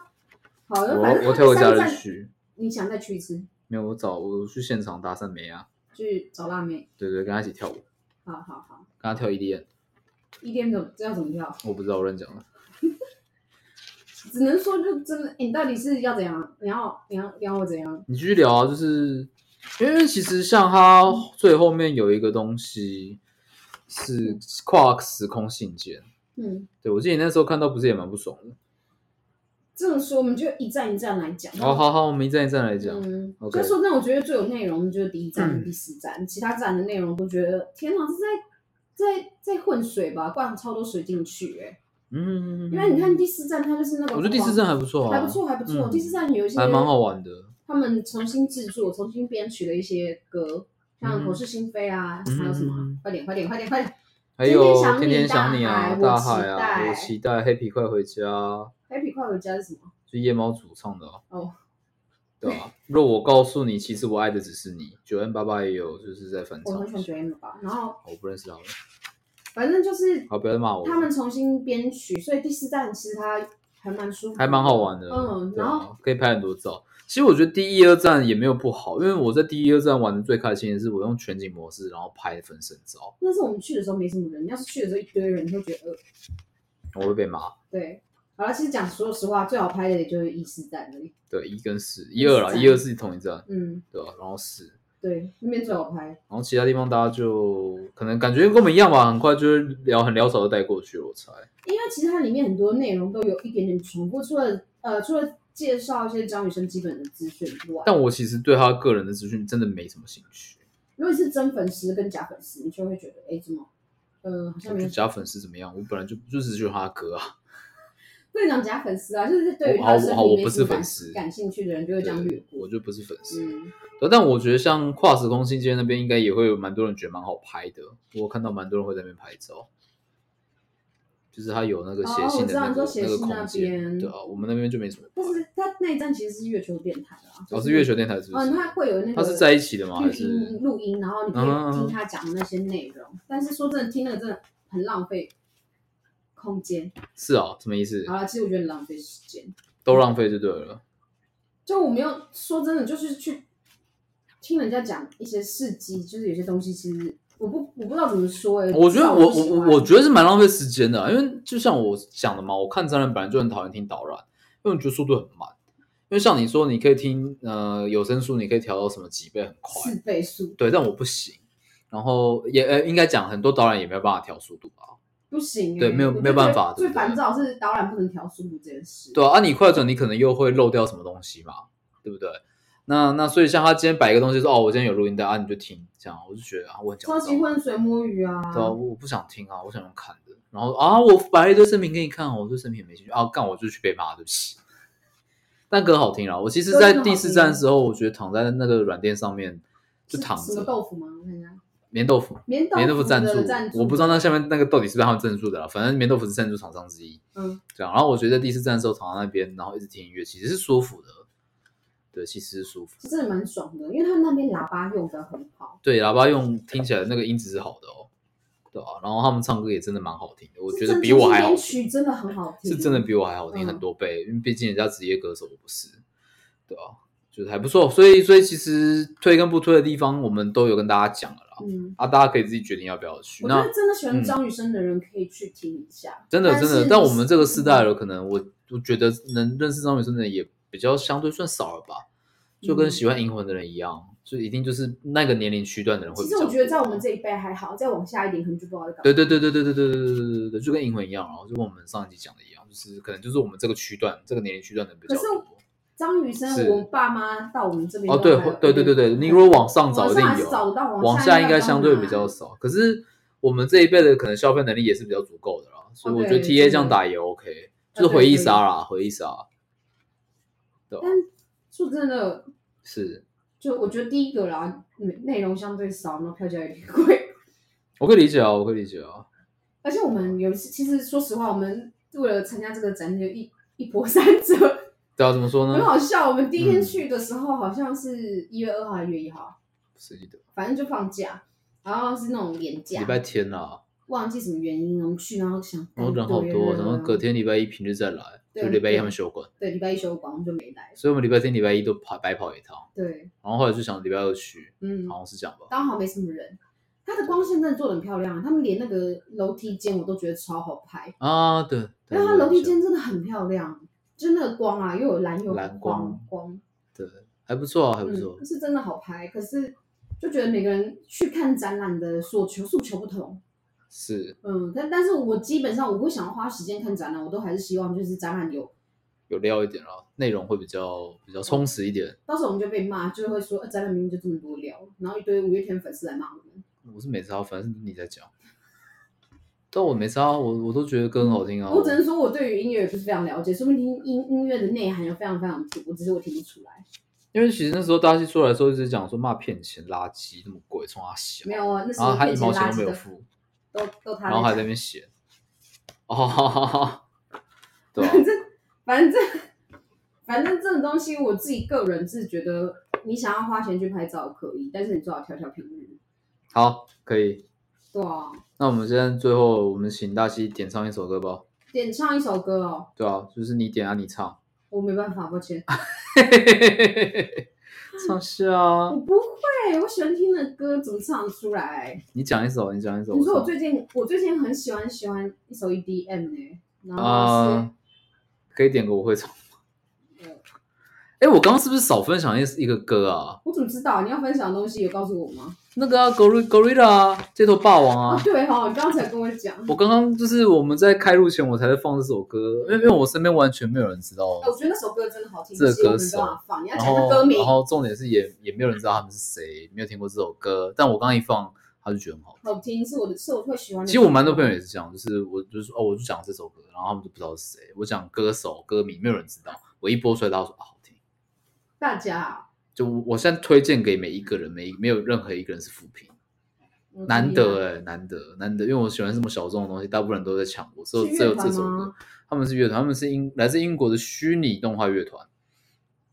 Speaker 1: 好，
Speaker 2: 我
Speaker 1: 那反正
Speaker 2: 我
Speaker 1: 他
Speaker 2: 挑
Speaker 1: 们
Speaker 2: 我家
Speaker 1: 三
Speaker 2: 人
Speaker 1: 站，
Speaker 2: 去，
Speaker 1: 你想再去一次，
Speaker 2: 没有我找我去现场搭讪梅啊，
Speaker 1: 去找辣妹。
Speaker 2: 对对，跟她一起跳舞，
Speaker 1: 好好好，
Speaker 2: 跟她跳 EDM，
Speaker 1: 一天怎么知道怎么跳？
Speaker 2: 我不知道我乱讲了。
Speaker 1: 只能说就真的，诶你到底是要怎样？你要你要你要我怎样？
Speaker 2: 你继续聊啊，就是因为其实像他最后面有一个东西是跨时空信件，
Speaker 1: 嗯，
Speaker 2: 对我记得你那时候看到不是也蛮不爽的。
Speaker 1: 这么说我们就一站一站来讲。
Speaker 2: 好好好，我们一站一站来讲。
Speaker 1: 嗯，
Speaker 2: OK
Speaker 1: 就说那我觉得最有内容的就是第一站
Speaker 2: 嗯
Speaker 1: 跟第四站，其他站的内容都觉得天哪，是在在在混水吧，灌超多水进去哎、
Speaker 2: 嗯，
Speaker 1: 因为你看第四站，它就是那个，
Speaker 2: 我觉得第四站还不错啊，
Speaker 1: 还不错，还不错。
Speaker 2: 嗯
Speaker 1: 第四站有一些
Speaker 2: 还蛮好玩的。
Speaker 1: 他们重新制作、重新编曲的一些歌，像
Speaker 2: 嗯
Speaker 1: 《口是心非》啊，
Speaker 2: 嗯
Speaker 1: 还有什么啊？快点，快点，快点，快点！
Speaker 2: 还有
Speaker 1: 天
Speaker 2: 天
Speaker 1: 天
Speaker 2: 想
Speaker 1: 想
Speaker 2: 你
Speaker 1: 你
Speaker 2: 啊，大
Speaker 1: 大
Speaker 2: 海
Speaker 1: 海
Speaker 2: 啊，我
Speaker 1: 我
Speaker 2: 期
Speaker 1: 期
Speaker 2: 待黑皮快回家，啊
Speaker 1: 《Happy 快回家》是什么？
Speaker 2: 就夜猫主唱的啊
Speaker 1: 哦。
Speaker 2: 对啊，若我告诉你，其实我爱的只是你。九 N 八八也有，就是在翻
Speaker 1: 我
Speaker 2: 唱
Speaker 1: 很喜欢九
Speaker 2: 一下。
Speaker 1: M 吧。然后
Speaker 2: 我不认识他们，
Speaker 1: 反正就是
Speaker 2: 好，不要再骂我了。
Speaker 1: 他们重新编曲，所以第四站其实它还蛮舒服，
Speaker 2: 还蛮好。玩的，
Speaker 1: 嗯
Speaker 2: 对
Speaker 1: 然
Speaker 2: 啊
Speaker 1: 后，
Speaker 2: 可以拍很多照。其实我觉得第一、二站也没有不好，因为我在第一、二站玩的最开心的是我用全景模式，然后拍分身照，
Speaker 1: 但是我们去的时候没什么人，要是去的时候一堆人，你会觉得呃，
Speaker 2: 我会被骂。
Speaker 1: 对。好了，其实讲说实话，最好拍的也就是一四站而已。
Speaker 2: 对，一跟四，一二啦，
Speaker 1: 站
Speaker 2: 一二是同一站，
Speaker 1: 嗯，
Speaker 2: 对吧、然后四，
Speaker 1: 对，那边最好拍。
Speaker 2: 然后其他地方大家就可能感觉跟我们一样吧，很快就是聊很潦草的带过去了，我猜。
Speaker 1: 因为其实它里面很多内容都有一点点重复，除了呃除了介绍一些教女生基本的资讯之外，
Speaker 2: 但我其实对他个人的资讯真的没什么兴趣。
Speaker 1: 如果你是真粉丝跟假粉丝，你就会觉得哎，怎么，呃，好像
Speaker 2: 我
Speaker 1: 没有。
Speaker 2: 就假粉丝怎么样？我本来就就只是喜欢他的歌啊。
Speaker 1: 不能讲假粉丝啊，就是对于
Speaker 2: 我
Speaker 1: 他
Speaker 2: 好
Speaker 1: 的生
Speaker 2: 我好
Speaker 1: 理
Speaker 2: 我
Speaker 1: 没
Speaker 2: 不
Speaker 1: 什么
Speaker 2: 是粉
Speaker 1: 感
Speaker 2: 丝
Speaker 1: 感兴趣的人就会
Speaker 2: 对
Speaker 1: 这样略，
Speaker 2: 我
Speaker 1: 过。
Speaker 2: 就不是粉丝。
Speaker 1: 嗯，
Speaker 2: 对但我觉得像跨时空信件那边，应该也会有蛮多人觉得蛮好拍的。我看到蛮多人会在那边拍照，就是他有那个写信
Speaker 1: 哦我知
Speaker 2: 的那
Speaker 1: 道你
Speaker 2: 个、
Speaker 1: 说写
Speaker 2: 那个
Speaker 1: 信那
Speaker 2: 空间。
Speaker 1: 边
Speaker 2: 对啊，我们那边就没什么拍
Speaker 1: 但。是他那一站其实是月球电台啊，
Speaker 2: 哦，
Speaker 1: 就是
Speaker 2: 月球电台是不
Speaker 1: 嗯，
Speaker 2: 是？
Speaker 1: 他会有那嗯个
Speaker 2: 他是在一起的吗？还
Speaker 1: 录
Speaker 2: 是
Speaker 1: 音录音，然后你可
Speaker 2: 嗯嗯嗯
Speaker 1: 以听他讲的那些内容。但是说真的，听那个真的很浪费空间。
Speaker 2: 是啊？什么意思？
Speaker 1: 好了，其实我觉得很浪费时间。
Speaker 2: 都浪费就对了。
Speaker 1: 就我没有说真的，就是去听人家讲一些事迹，就是有些东西其实我不我不知道怎么说哎、
Speaker 2: 我觉得我我我我
Speaker 1: 得
Speaker 2: 觉得是蛮浪费时间的啊、因为就像我讲的嘛，我看展览本来就很讨厌听导览，因为我觉得速度很慢。因为像你说，你可以听呃有声书，你可以调到什么几倍很快，
Speaker 1: 四倍速
Speaker 2: 对，但我不行。然后也呃，应该讲很多导演也没有办法调速度啊吧？
Speaker 1: 不行、欸，
Speaker 2: 对没有
Speaker 1: 我就
Speaker 2: 没有办法
Speaker 1: 觉得最
Speaker 2: 对不对
Speaker 1: 烦躁是导览不能调速度这件事。
Speaker 2: 对啊，啊你快转你可能又会漏掉什么东西嘛，对不对？那那所以像他今天摆一个东西说哦，我今天有录音带啊，你就听这样，我就觉得啊，我很
Speaker 1: 超
Speaker 2: 焦
Speaker 1: 级
Speaker 2: 躁。
Speaker 1: 浑水摸鱼啊！
Speaker 2: 对啊，我我不想听啊，我想用看的。然后啊，我摆了一堆生平给你看，我对生平也没兴趣啊，干我就去被骂，对不起。但歌好听啊，我其实，
Speaker 1: 歌
Speaker 2: 在
Speaker 1: 真的
Speaker 2: 第
Speaker 1: 好
Speaker 2: 四
Speaker 1: 听啊
Speaker 2: 站的时候，我觉得躺在那个软垫上面就是躺
Speaker 1: 什么
Speaker 2: 着，
Speaker 1: 豆腐吗？我看一下，
Speaker 2: 棉豆腐，
Speaker 1: 棉豆
Speaker 2: 棉豆腐
Speaker 1: 的
Speaker 2: 赞助，
Speaker 1: 赞助
Speaker 2: 我不知道那下面那个到底是不是他们赞助的啦，反正棉豆腐是赞助厂商之一。
Speaker 1: 嗯，
Speaker 2: 这样，然后我觉得在第四站的时候躺在那边，然后一直听音乐，其实是舒服的，对，其实是舒服。
Speaker 1: 是真的蛮爽的，因为他们那边喇叭用的很好，
Speaker 2: 对，喇叭用听起来那个音质是好的哦，对啊，然后他们唱歌也真的蛮好听的，我觉得比我还好
Speaker 1: 编
Speaker 2: 听，
Speaker 1: 曲真的很好听，
Speaker 2: 是真的比我还好听
Speaker 1: 嗯
Speaker 2: 很多倍，因为毕竟人家职业歌手，我不是，对啊，就是还不错，所以所以其实推跟不推的地方，我们都有跟大家讲了啦，
Speaker 1: 嗯。
Speaker 2: 啊，大家可以自己决定要不要去。
Speaker 1: 我
Speaker 2: 那嗯
Speaker 1: 觉得真的喜欢张雨生的人可以去听一下，
Speaker 2: 真的
Speaker 1: 但
Speaker 2: 真的
Speaker 1: 是，嗯
Speaker 2: 但
Speaker 1: 你
Speaker 2: 我们这个世代了，可能我我觉得能认识张雨生的人也比较相对算少了吧，就跟
Speaker 1: 嗯
Speaker 2: 喜欢银魂的人一样，就一定就是那个年龄区段的人会
Speaker 1: 嗯其
Speaker 2: 比
Speaker 1: 实
Speaker 2: 较多。
Speaker 1: 我觉得在我们这一辈还好，再往下一点可能就不知道在干嘛。
Speaker 2: 对对对对对对对对对对对对，就跟银魂一样，然后就跟我们上一集讲的一样，就是可能就是我们这个区段这个年龄区段的人比较
Speaker 1: 可是
Speaker 2: 多。
Speaker 1: 张雨生
Speaker 2: 是，
Speaker 1: 我爸妈到我们这边
Speaker 2: 哦，
Speaker 1: 都
Speaker 2: 对
Speaker 1: 还有
Speaker 2: 对对对对，你如果往上找一定
Speaker 1: 往上还
Speaker 2: 有，
Speaker 1: 是找得到
Speaker 2: 往
Speaker 1: 下
Speaker 2: 下应该相对比
Speaker 1: 要
Speaker 2: 较
Speaker 1: 到哪
Speaker 2: 少。可是我们这一辈的可能消费能力也是比较足够的啦，所以我觉得
Speaker 1: 哦对
Speaker 2: T A
Speaker 1: 真的哦
Speaker 2: 这样打也 OK，就是回忆杀啦，回忆杀
Speaker 1: 说真的，
Speaker 2: 是。
Speaker 1: 就我觉得第一个啦，内内容相对少，然后票价有点贵，
Speaker 2: 我可以理解啊，我可以理解啊。
Speaker 1: 而且我们有一次，其实说实话，我们为了参加这个展，有一一波三折，
Speaker 2: 对啊，怎么说
Speaker 1: 很
Speaker 2: 呢？
Speaker 1: 好笑。我们第一天
Speaker 2: 嗯
Speaker 1: 去的时候，好像是一月二号还是月一号，
Speaker 2: 谁记得？
Speaker 1: 反正就放假，然后是那种连假
Speaker 2: 礼，拜天啦，
Speaker 1: 忘记什么原因，然后去，然后想，哦
Speaker 2: 然后人好多，然后隔
Speaker 1: 嗯对
Speaker 2: 天礼拜一平日再来，
Speaker 1: 对
Speaker 2: 就礼拜一他们休馆，
Speaker 1: 对礼拜一休馆，我们就没来。
Speaker 2: 所以我们礼拜天、礼拜一都跑白跑一趟，
Speaker 1: 对，
Speaker 2: 然后后来就想礼拜二去，
Speaker 1: 嗯，
Speaker 2: 好像是这样吧。
Speaker 1: 刚好没什么人。它的光线真的做的很漂亮，他们连那个楼梯间我都觉得超好拍，
Speaker 2: 啊，对，
Speaker 1: 因
Speaker 2: 对啊
Speaker 1: 为它楼梯间真的很漂亮，就那个光啊，又有蓝又有
Speaker 2: 蓝
Speaker 1: 光
Speaker 2: 光
Speaker 1: 光，
Speaker 2: 对，还不错啊，还不错
Speaker 1: 嗯，。是真的好拍，可是就觉得每个人去看展览的所求诉求不同，
Speaker 2: 是
Speaker 1: 嗯，但但是我基本上我会想要花时间看展览，我都还是希望就是展览有，
Speaker 2: 有料一点啦，内容会比较比较充实一点。
Speaker 1: 到时候我们就被骂，就会说、呃、展览明明就这么多料，然后一堆五月天粉丝来骂我们，
Speaker 2: 我是没差，反正是你在讲。但我没差，啊我我都觉得歌很好听啊。
Speaker 1: 我只能说我对于音乐也不是非常了解，说不定音音乐的内涵有非常非常多，只是我听不出来。
Speaker 2: 因为其实那时候大西出来的时候一直讲说骂骗钱、垃圾那么贵，冲他小。
Speaker 1: 没有啊，那时
Speaker 2: 然后
Speaker 1: 候
Speaker 2: 他
Speaker 1: 骗
Speaker 2: 一
Speaker 1: 钱
Speaker 2: 毛钱
Speaker 1: 垃
Speaker 2: 都
Speaker 1: 圾
Speaker 2: 没有
Speaker 1: 的
Speaker 2: 付，
Speaker 1: 都都他
Speaker 2: 然后还
Speaker 1: 在
Speaker 2: 在那
Speaker 1: 讲，
Speaker 2: 边写，哦， 对吧、啊
Speaker 1: 反正反正反正这种东西，我自己个人是觉得，你想要花钱去拍照可以，但是你最好挑挑平日。
Speaker 2: 好，可以。
Speaker 1: 对啊，
Speaker 2: 那我们现在最后，我们请大西点唱一首歌吧。
Speaker 1: 点唱一首歌哦，
Speaker 2: 对啊，就是你点啊，你唱。
Speaker 1: 我没办法，抱歉，
Speaker 2: 啊唱是啊
Speaker 1: 我，不会，我喜欢听的歌怎么唱得出来？
Speaker 2: 你讲一首，你讲一首。
Speaker 1: 你说我
Speaker 2: 唱
Speaker 1: 最近我最近很喜欢喜欢一首 E
Speaker 2: 啊
Speaker 1: EDM 啊呢、然后是、
Speaker 2: 啊、可以点个我会唱。哎、哎，我刚刚是不是少分享一一个歌啊？
Speaker 1: 我怎么知道你要分享的东西有告诉我吗？
Speaker 2: 那个啊，Gorilla Gorilla 啊，街头霸王
Speaker 1: 哦
Speaker 2: 啊，。
Speaker 1: 对哦，你刚才跟我讲，
Speaker 2: 我刚刚就是我们在开录前，我才在放这首歌，因为因为我身边完全没有人知道，
Speaker 1: 哎我觉得那首歌真的好听，
Speaker 2: 这个
Speaker 1: 只是我
Speaker 2: 歌
Speaker 1: 们没
Speaker 2: 手
Speaker 1: 办法放。你要
Speaker 2: 然
Speaker 1: 讲那
Speaker 2: 后
Speaker 1: 歌名
Speaker 2: 然，后重点是也也没有人知道他们是谁，没有听过这首歌，但我刚刚一放，他就觉得很好听。
Speaker 1: 好听是我的，是我会喜欢的。
Speaker 2: 其实我蛮多朋友也是这样，就是我就是说哦，我就讲这首歌，然后他们就不知道是谁，我讲歌手歌名，没有人知道，我一播出来，大家说啊好听。
Speaker 1: 大家啊，
Speaker 2: 就我我现在推荐给每一个人，每一没有任何一个人是扶贫，
Speaker 1: 嗯
Speaker 2: 难得哎、难得难得，因为我喜欢这么小众的东西，大部分人都在抢我，只有
Speaker 1: 是乐
Speaker 2: 只有
Speaker 1: 团
Speaker 2: 这首歌
Speaker 1: 吗，
Speaker 2: 他们是乐团，他们是英来自英国的虚拟动画乐团、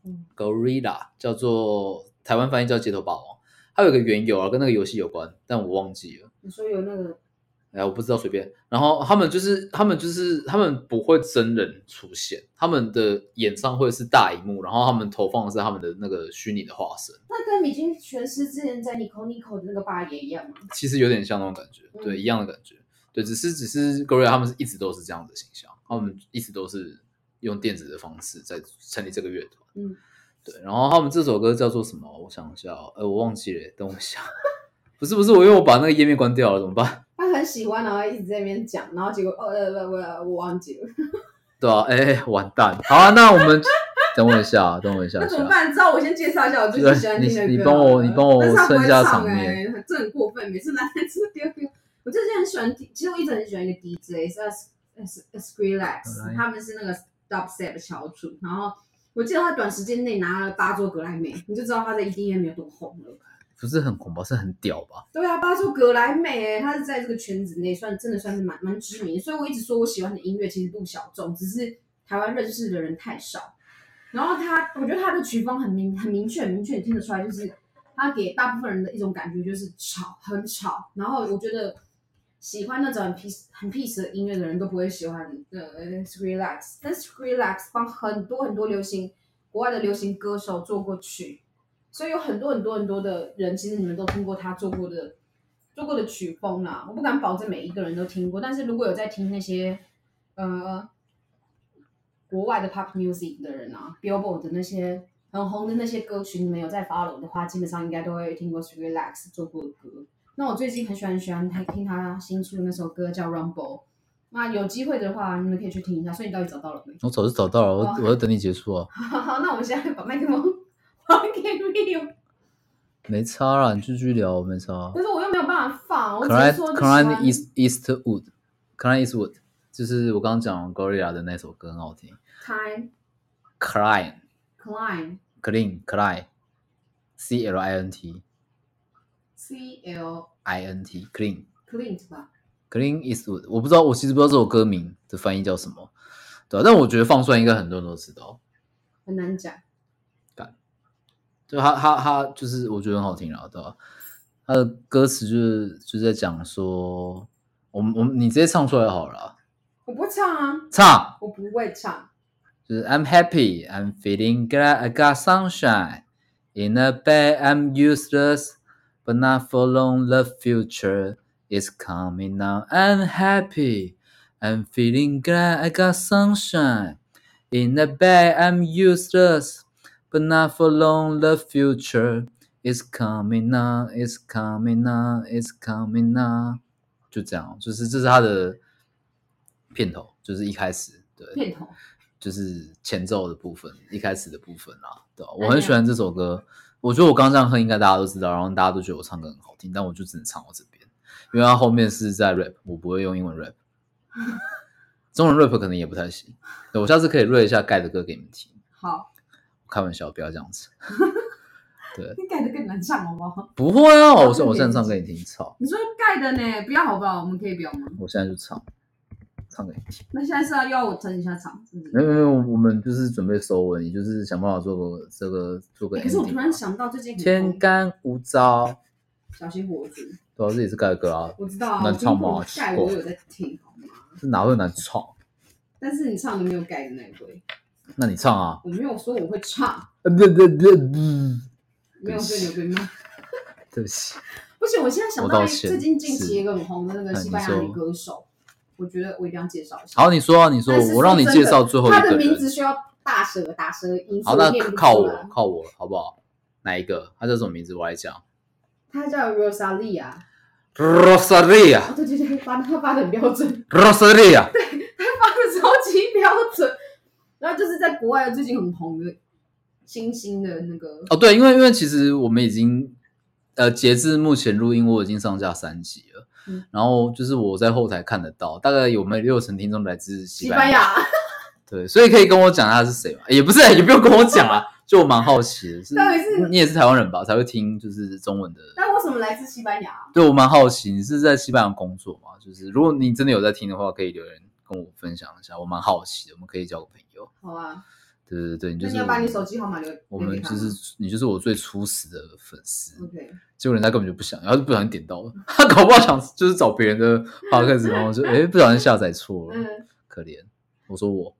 Speaker 1: 嗯
Speaker 2: g o r i l l a 叫做台湾翻译叫街头霸王，它有一个缘由啊，跟那个游戏有关，但我忘记了。
Speaker 1: 你说有那个
Speaker 2: 哎，我不知道，随便。然后他们就是，他们就是，他们不会真人出现，他们的演唱会是大荧幕，然后他们投放的是他们的那个虚拟的化身，
Speaker 1: 那跟米津玄师之前在 Nico Nico 的那个八爷一样吗？
Speaker 2: 其实有点像那种感觉，对，一样的感觉，对，只是只是 Gloria 他们是一直都是这样的形象，他们一直都是用电子的方式在成立这个乐团，
Speaker 1: 嗯，
Speaker 2: 对。然后他们这首歌叫做什么？我想一下哦，呃，我忘记了，等我一下。不是不是，我因为我把那个页面关掉了，怎么办？
Speaker 1: 他很喜欢，然后一直在那边讲，然后结果哦呃我我我忘记了，
Speaker 2: 对啊，哎、完蛋。好啊，那我们等我一下，啊等我一下
Speaker 1: 那怎么
Speaker 2: 下。
Speaker 1: 办？你知道我先介绍一下我最近喜欢听的歌
Speaker 2: 你你帮我你帮我
Speaker 1: 但是他不会
Speaker 2: 撑一下
Speaker 1: 唱
Speaker 2: 场面
Speaker 1: 哎，这很过分，每次来这丢丢。我最近很喜欢听，其实我一直很喜欢一个 DJ 是 S S S r e l a x
Speaker 2: 好来
Speaker 1: 他们是那个 Dub Step 小组，然后我记得他短时间内拿了八座格莱美，你就知道他在 EDM 有多红了。
Speaker 2: 不是很恐怖，是很屌吧？
Speaker 1: 对啊，八座格莱美，他是在这个圈子内算真的算是蛮蛮知名，所以我一直说我喜欢的音乐其实不小众，只是台湾认识的人太少。然后他，我觉得他的曲风很明很明确，很明确你听得出来，就是他给大部分人的一种感觉就是吵，很吵。然后我觉得喜欢那种很 peace 很 peace 的音乐的人都不会喜欢呃 s r e l a x 但是 s r e l a x 帮很多很多流行国外的流行歌手做过曲，所以有很多很多很多的人，其实你们都听过他做过的做过的曲风啦。我不敢保证每一个人都听过，但是如果有在听那些呃国外的 pop music 的人啊，Billboard 的那些很红的那些歌曲，你们有在 follow 的话，基本上应该都会听过 Relax 做过的歌。那我最近很喜欢很喜欢他听他新出的那首歌叫 Rumble，那有机会的话，你们可以去听一下。所以你到底找到了没？
Speaker 2: 我早就找到了，我
Speaker 1: 哦
Speaker 2: 我要等你结束啊，
Speaker 1: 好，那我们现在把麦克风还给 Rio。
Speaker 2: 没差啦，你继续聊，没差啊
Speaker 1: 可。是我又没有办法放，我
Speaker 2: c
Speaker 1: 只
Speaker 2: l i
Speaker 1: 是
Speaker 2: n
Speaker 1: 说哦
Speaker 2: c
Speaker 1: 就
Speaker 2: l i
Speaker 1: 喜
Speaker 2: n
Speaker 1: 欢
Speaker 2: East Eastwood c l i n Eastwood 就是我刚刚讲 Gloria 的那首歌很好听
Speaker 1: Time
Speaker 2: c l i n
Speaker 1: Klein
Speaker 2: Clean c l i n C L I N T
Speaker 1: C L
Speaker 2: I N T Clean
Speaker 1: Clint 吧，
Speaker 2: Clean Eastwood，我不知道，我其实不知道这首歌名的翻译叫什么，对啊但我觉得放出来应该很多人都知道。
Speaker 1: 很难讲。
Speaker 2: 就他他他就是我觉得很好听啦，对吧、他的歌词就是就是在讲说，我们我们你直接唱出来好了啦，
Speaker 1: 我不会唱啊，
Speaker 2: 唱
Speaker 1: 我不会唱。
Speaker 2: 就是 I'm happy, I'm feeling glad, I got sunshine in a bed, I'm useless, but not for long. The future is coming now. I'm happy, I'm feeling glad, I got sunshine in a bed, I'm useless, but not for long. The future is coming now, it's coming now, it's coming now. 就这样，就是这是他的片头，就是一开始对
Speaker 1: 片头，
Speaker 2: 就是前奏的部分，一开始的部分啦，对吧、
Speaker 1: 那
Speaker 2: 我很
Speaker 1: 你
Speaker 2: 喜欢这首歌，我觉得我刚这样哼应该大家都知道，然后大家都觉得我唱歌很好听，但我就只能唱到这边，因为它后面是在 rap，我不会用英 文 rap，中文 rap 可能也不太行。对我下次可以 rap 一下盖的歌给你们听，
Speaker 1: 好，
Speaker 2: 开玩笑，不要这样子。对，
Speaker 1: 你改的更难唱好不好？
Speaker 2: 不会啊，我是我现在唱给你听，操，
Speaker 1: 你说盖的呢？不要好不好？我们可以不要吗？
Speaker 2: 我现在就唱，唱给你听。
Speaker 1: 那现在是要要我撑一下场，是不是？
Speaker 2: 没有没有，我们就是准备收尾，你就是想办法做个这个做个
Speaker 1: 欸
Speaker 2: ending
Speaker 1: 可
Speaker 2: 吧。
Speaker 1: 是我突然想到最近很
Speaker 2: 天
Speaker 1: 红
Speaker 2: 干物燥，
Speaker 1: 小心火烛，
Speaker 2: 对啊，这也是盖的歌啊，
Speaker 1: 我知道啊，
Speaker 2: 那
Speaker 1: 我
Speaker 2: 你唱
Speaker 1: 听过
Speaker 2: 吗
Speaker 1: 盖我有在听，好吗？
Speaker 2: 这哪会难唱？
Speaker 1: 但是你唱的没有盖的那一回，
Speaker 2: 那你唱啊！
Speaker 1: 我没有说我会唱，
Speaker 2: 呃不不不不，
Speaker 1: 没有被
Speaker 2: 对
Speaker 1: 刘被骂。
Speaker 2: 对不起，
Speaker 1: 不行，我现在想
Speaker 2: 我
Speaker 1: 到
Speaker 2: 道
Speaker 1: 一
Speaker 2: 歉
Speaker 1: 最近近期一个很红的那个
Speaker 2: 是
Speaker 1: 西班牙
Speaker 2: 嗯你
Speaker 1: 女
Speaker 2: 说
Speaker 1: 歌手，我觉得我一定要介绍一下。
Speaker 2: 好，你说啊，你说，
Speaker 1: 但是
Speaker 2: 我让你
Speaker 1: 真的
Speaker 2: 介绍最后一
Speaker 1: 她的
Speaker 2: 个
Speaker 1: 名
Speaker 2: 人，
Speaker 1: 字需要大舌打舌音，
Speaker 2: 好，那
Speaker 1: 念不
Speaker 2: 靠
Speaker 1: 出
Speaker 2: 我
Speaker 1: 来，
Speaker 2: 靠我，好不好？哪一个？他叫什么名字？我来讲。
Speaker 1: 他叫 Rosalia，哦
Speaker 2: Rosalia，Rosalia，
Speaker 1: 对对对，发他发的很标准，他发的超级标准。然后就是在国外最近很红的新兴的那个，
Speaker 2: 哦，对，因为因为其实我们已经，呃，截至目前录音，我已经上架三集了。
Speaker 1: 嗯
Speaker 2: 然后就是我在后台看得到，大概有没有六成听众来自西
Speaker 1: 西班
Speaker 2: 牙？
Speaker 1: 牙，
Speaker 2: 对，所以可以跟我讲他是谁吗？也不是，也不用跟我 讲啊，就我蛮好奇的，是
Speaker 1: 到底是
Speaker 2: 你也是台湾人吧，才会听就是中文的？
Speaker 1: 但为什么来自西班牙？
Speaker 2: 对我蛮好奇，你是在西班牙工作吗？就是如果你真的有在听的话，可以留言跟我分享一下，我蛮好奇的，我们可以交个朋友。
Speaker 1: 好啊，
Speaker 2: 对对对，你就
Speaker 1: 那
Speaker 2: 是
Speaker 1: 你要
Speaker 2: 我
Speaker 1: 把你
Speaker 2: 们
Speaker 1: 手机号码留
Speaker 2: 我
Speaker 1: 留给
Speaker 2: 们
Speaker 1: 他
Speaker 2: 就
Speaker 1: 吗嗯
Speaker 2: 是你就是我最初始的粉丝，
Speaker 1: OK，
Speaker 2: 结果人家根本就不想，然后就不小心点到了，他搞不好想就是找别人的 podcast，然后就哎、不小心下载错了，
Speaker 1: 嗯，
Speaker 2: 可怜。我说我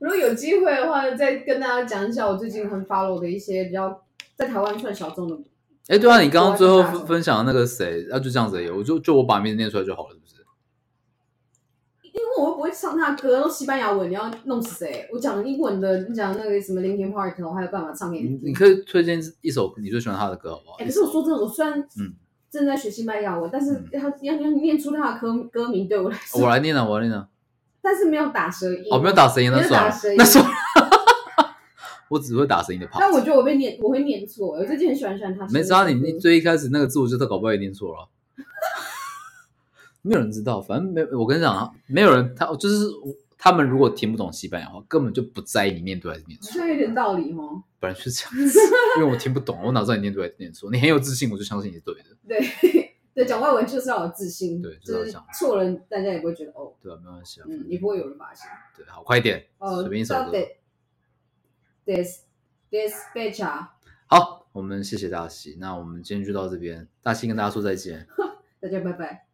Speaker 1: 如果有机会的话，再跟大家讲一下我最近很 follow 的一些比较在台湾算小众的。
Speaker 2: 哎、对啊，你刚刚最后
Speaker 1: 我还没打
Speaker 2: 分分享的那个谁，那、就这样子而已，我就就我把名字念出来就好了，是不是？
Speaker 1: 因为我又不会唱他的歌，都西班牙文，你要弄死谁？我讲英文的，你讲那个什么 Linkin Park，我还有办法唱给
Speaker 2: 你
Speaker 1: 你
Speaker 2: 你
Speaker 1: 听。
Speaker 2: 可以推荐一首你最喜欢他的歌好不好？
Speaker 1: 哎、可是我说真的，我虽然
Speaker 2: 嗯
Speaker 1: 正在学西班牙文，但是他要要念出他的歌歌名对我来说，
Speaker 2: 我来念啊，我来念啊。
Speaker 1: 但是没有打舌音。
Speaker 2: 哦，没有。打声音，那
Speaker 1: 没有
Speaker 2: 算
Speaker 1: 打
Speaker 2: 了
Speaker 1: 声，音
Speaker 2: 那算了。 我只会打声音的 part。
Speaker 1: 但我觉得我被念，我会念错。我最近很喜欢喜欢他。
Speaker 2: 没啊
Speaker 1: 道
Speaker 2: 差，你你最一开始那个字，我就都搞不好也念错了。 没有人知道，反正没有。我跟你讲啊，没有人他就是他们如果听不懂西班牙话，根本就不在意你念对还是念
Speaker 1: 好
Speaker 2: 错。
Speaker 1: 像有点道理哦。
Speaker 2: 本来就是这样子，因为我听不懂，我哪知道你念对还是念错？你很有自信，我就相信你是对的。
Speaker 1: 对 对，讲外文就是要有自信，
Speaker 2: 对就是
Speaker 1: 就
Speaker 2: 要
Speaker 1: 是
Speaker 2: 讲
Speaker 1: 错了，大家也不会觉得哦，
Speaker 2: 对啊，没关系啊。
Speaker 1: 嗯，也不会有人发现。
Speaker 2: 对，好，快一点，
Speaker 1: 哦，
Speaker 2: 随便一首
Speaker 1: 到
Speaker 2: 歌。
Speaker 1: 底 Des despecha，
Speaker 2: 好，我们谢谢大西，那我们今天就到这边，大西跟大家说再见。
Speaker 1: 大家拜拜。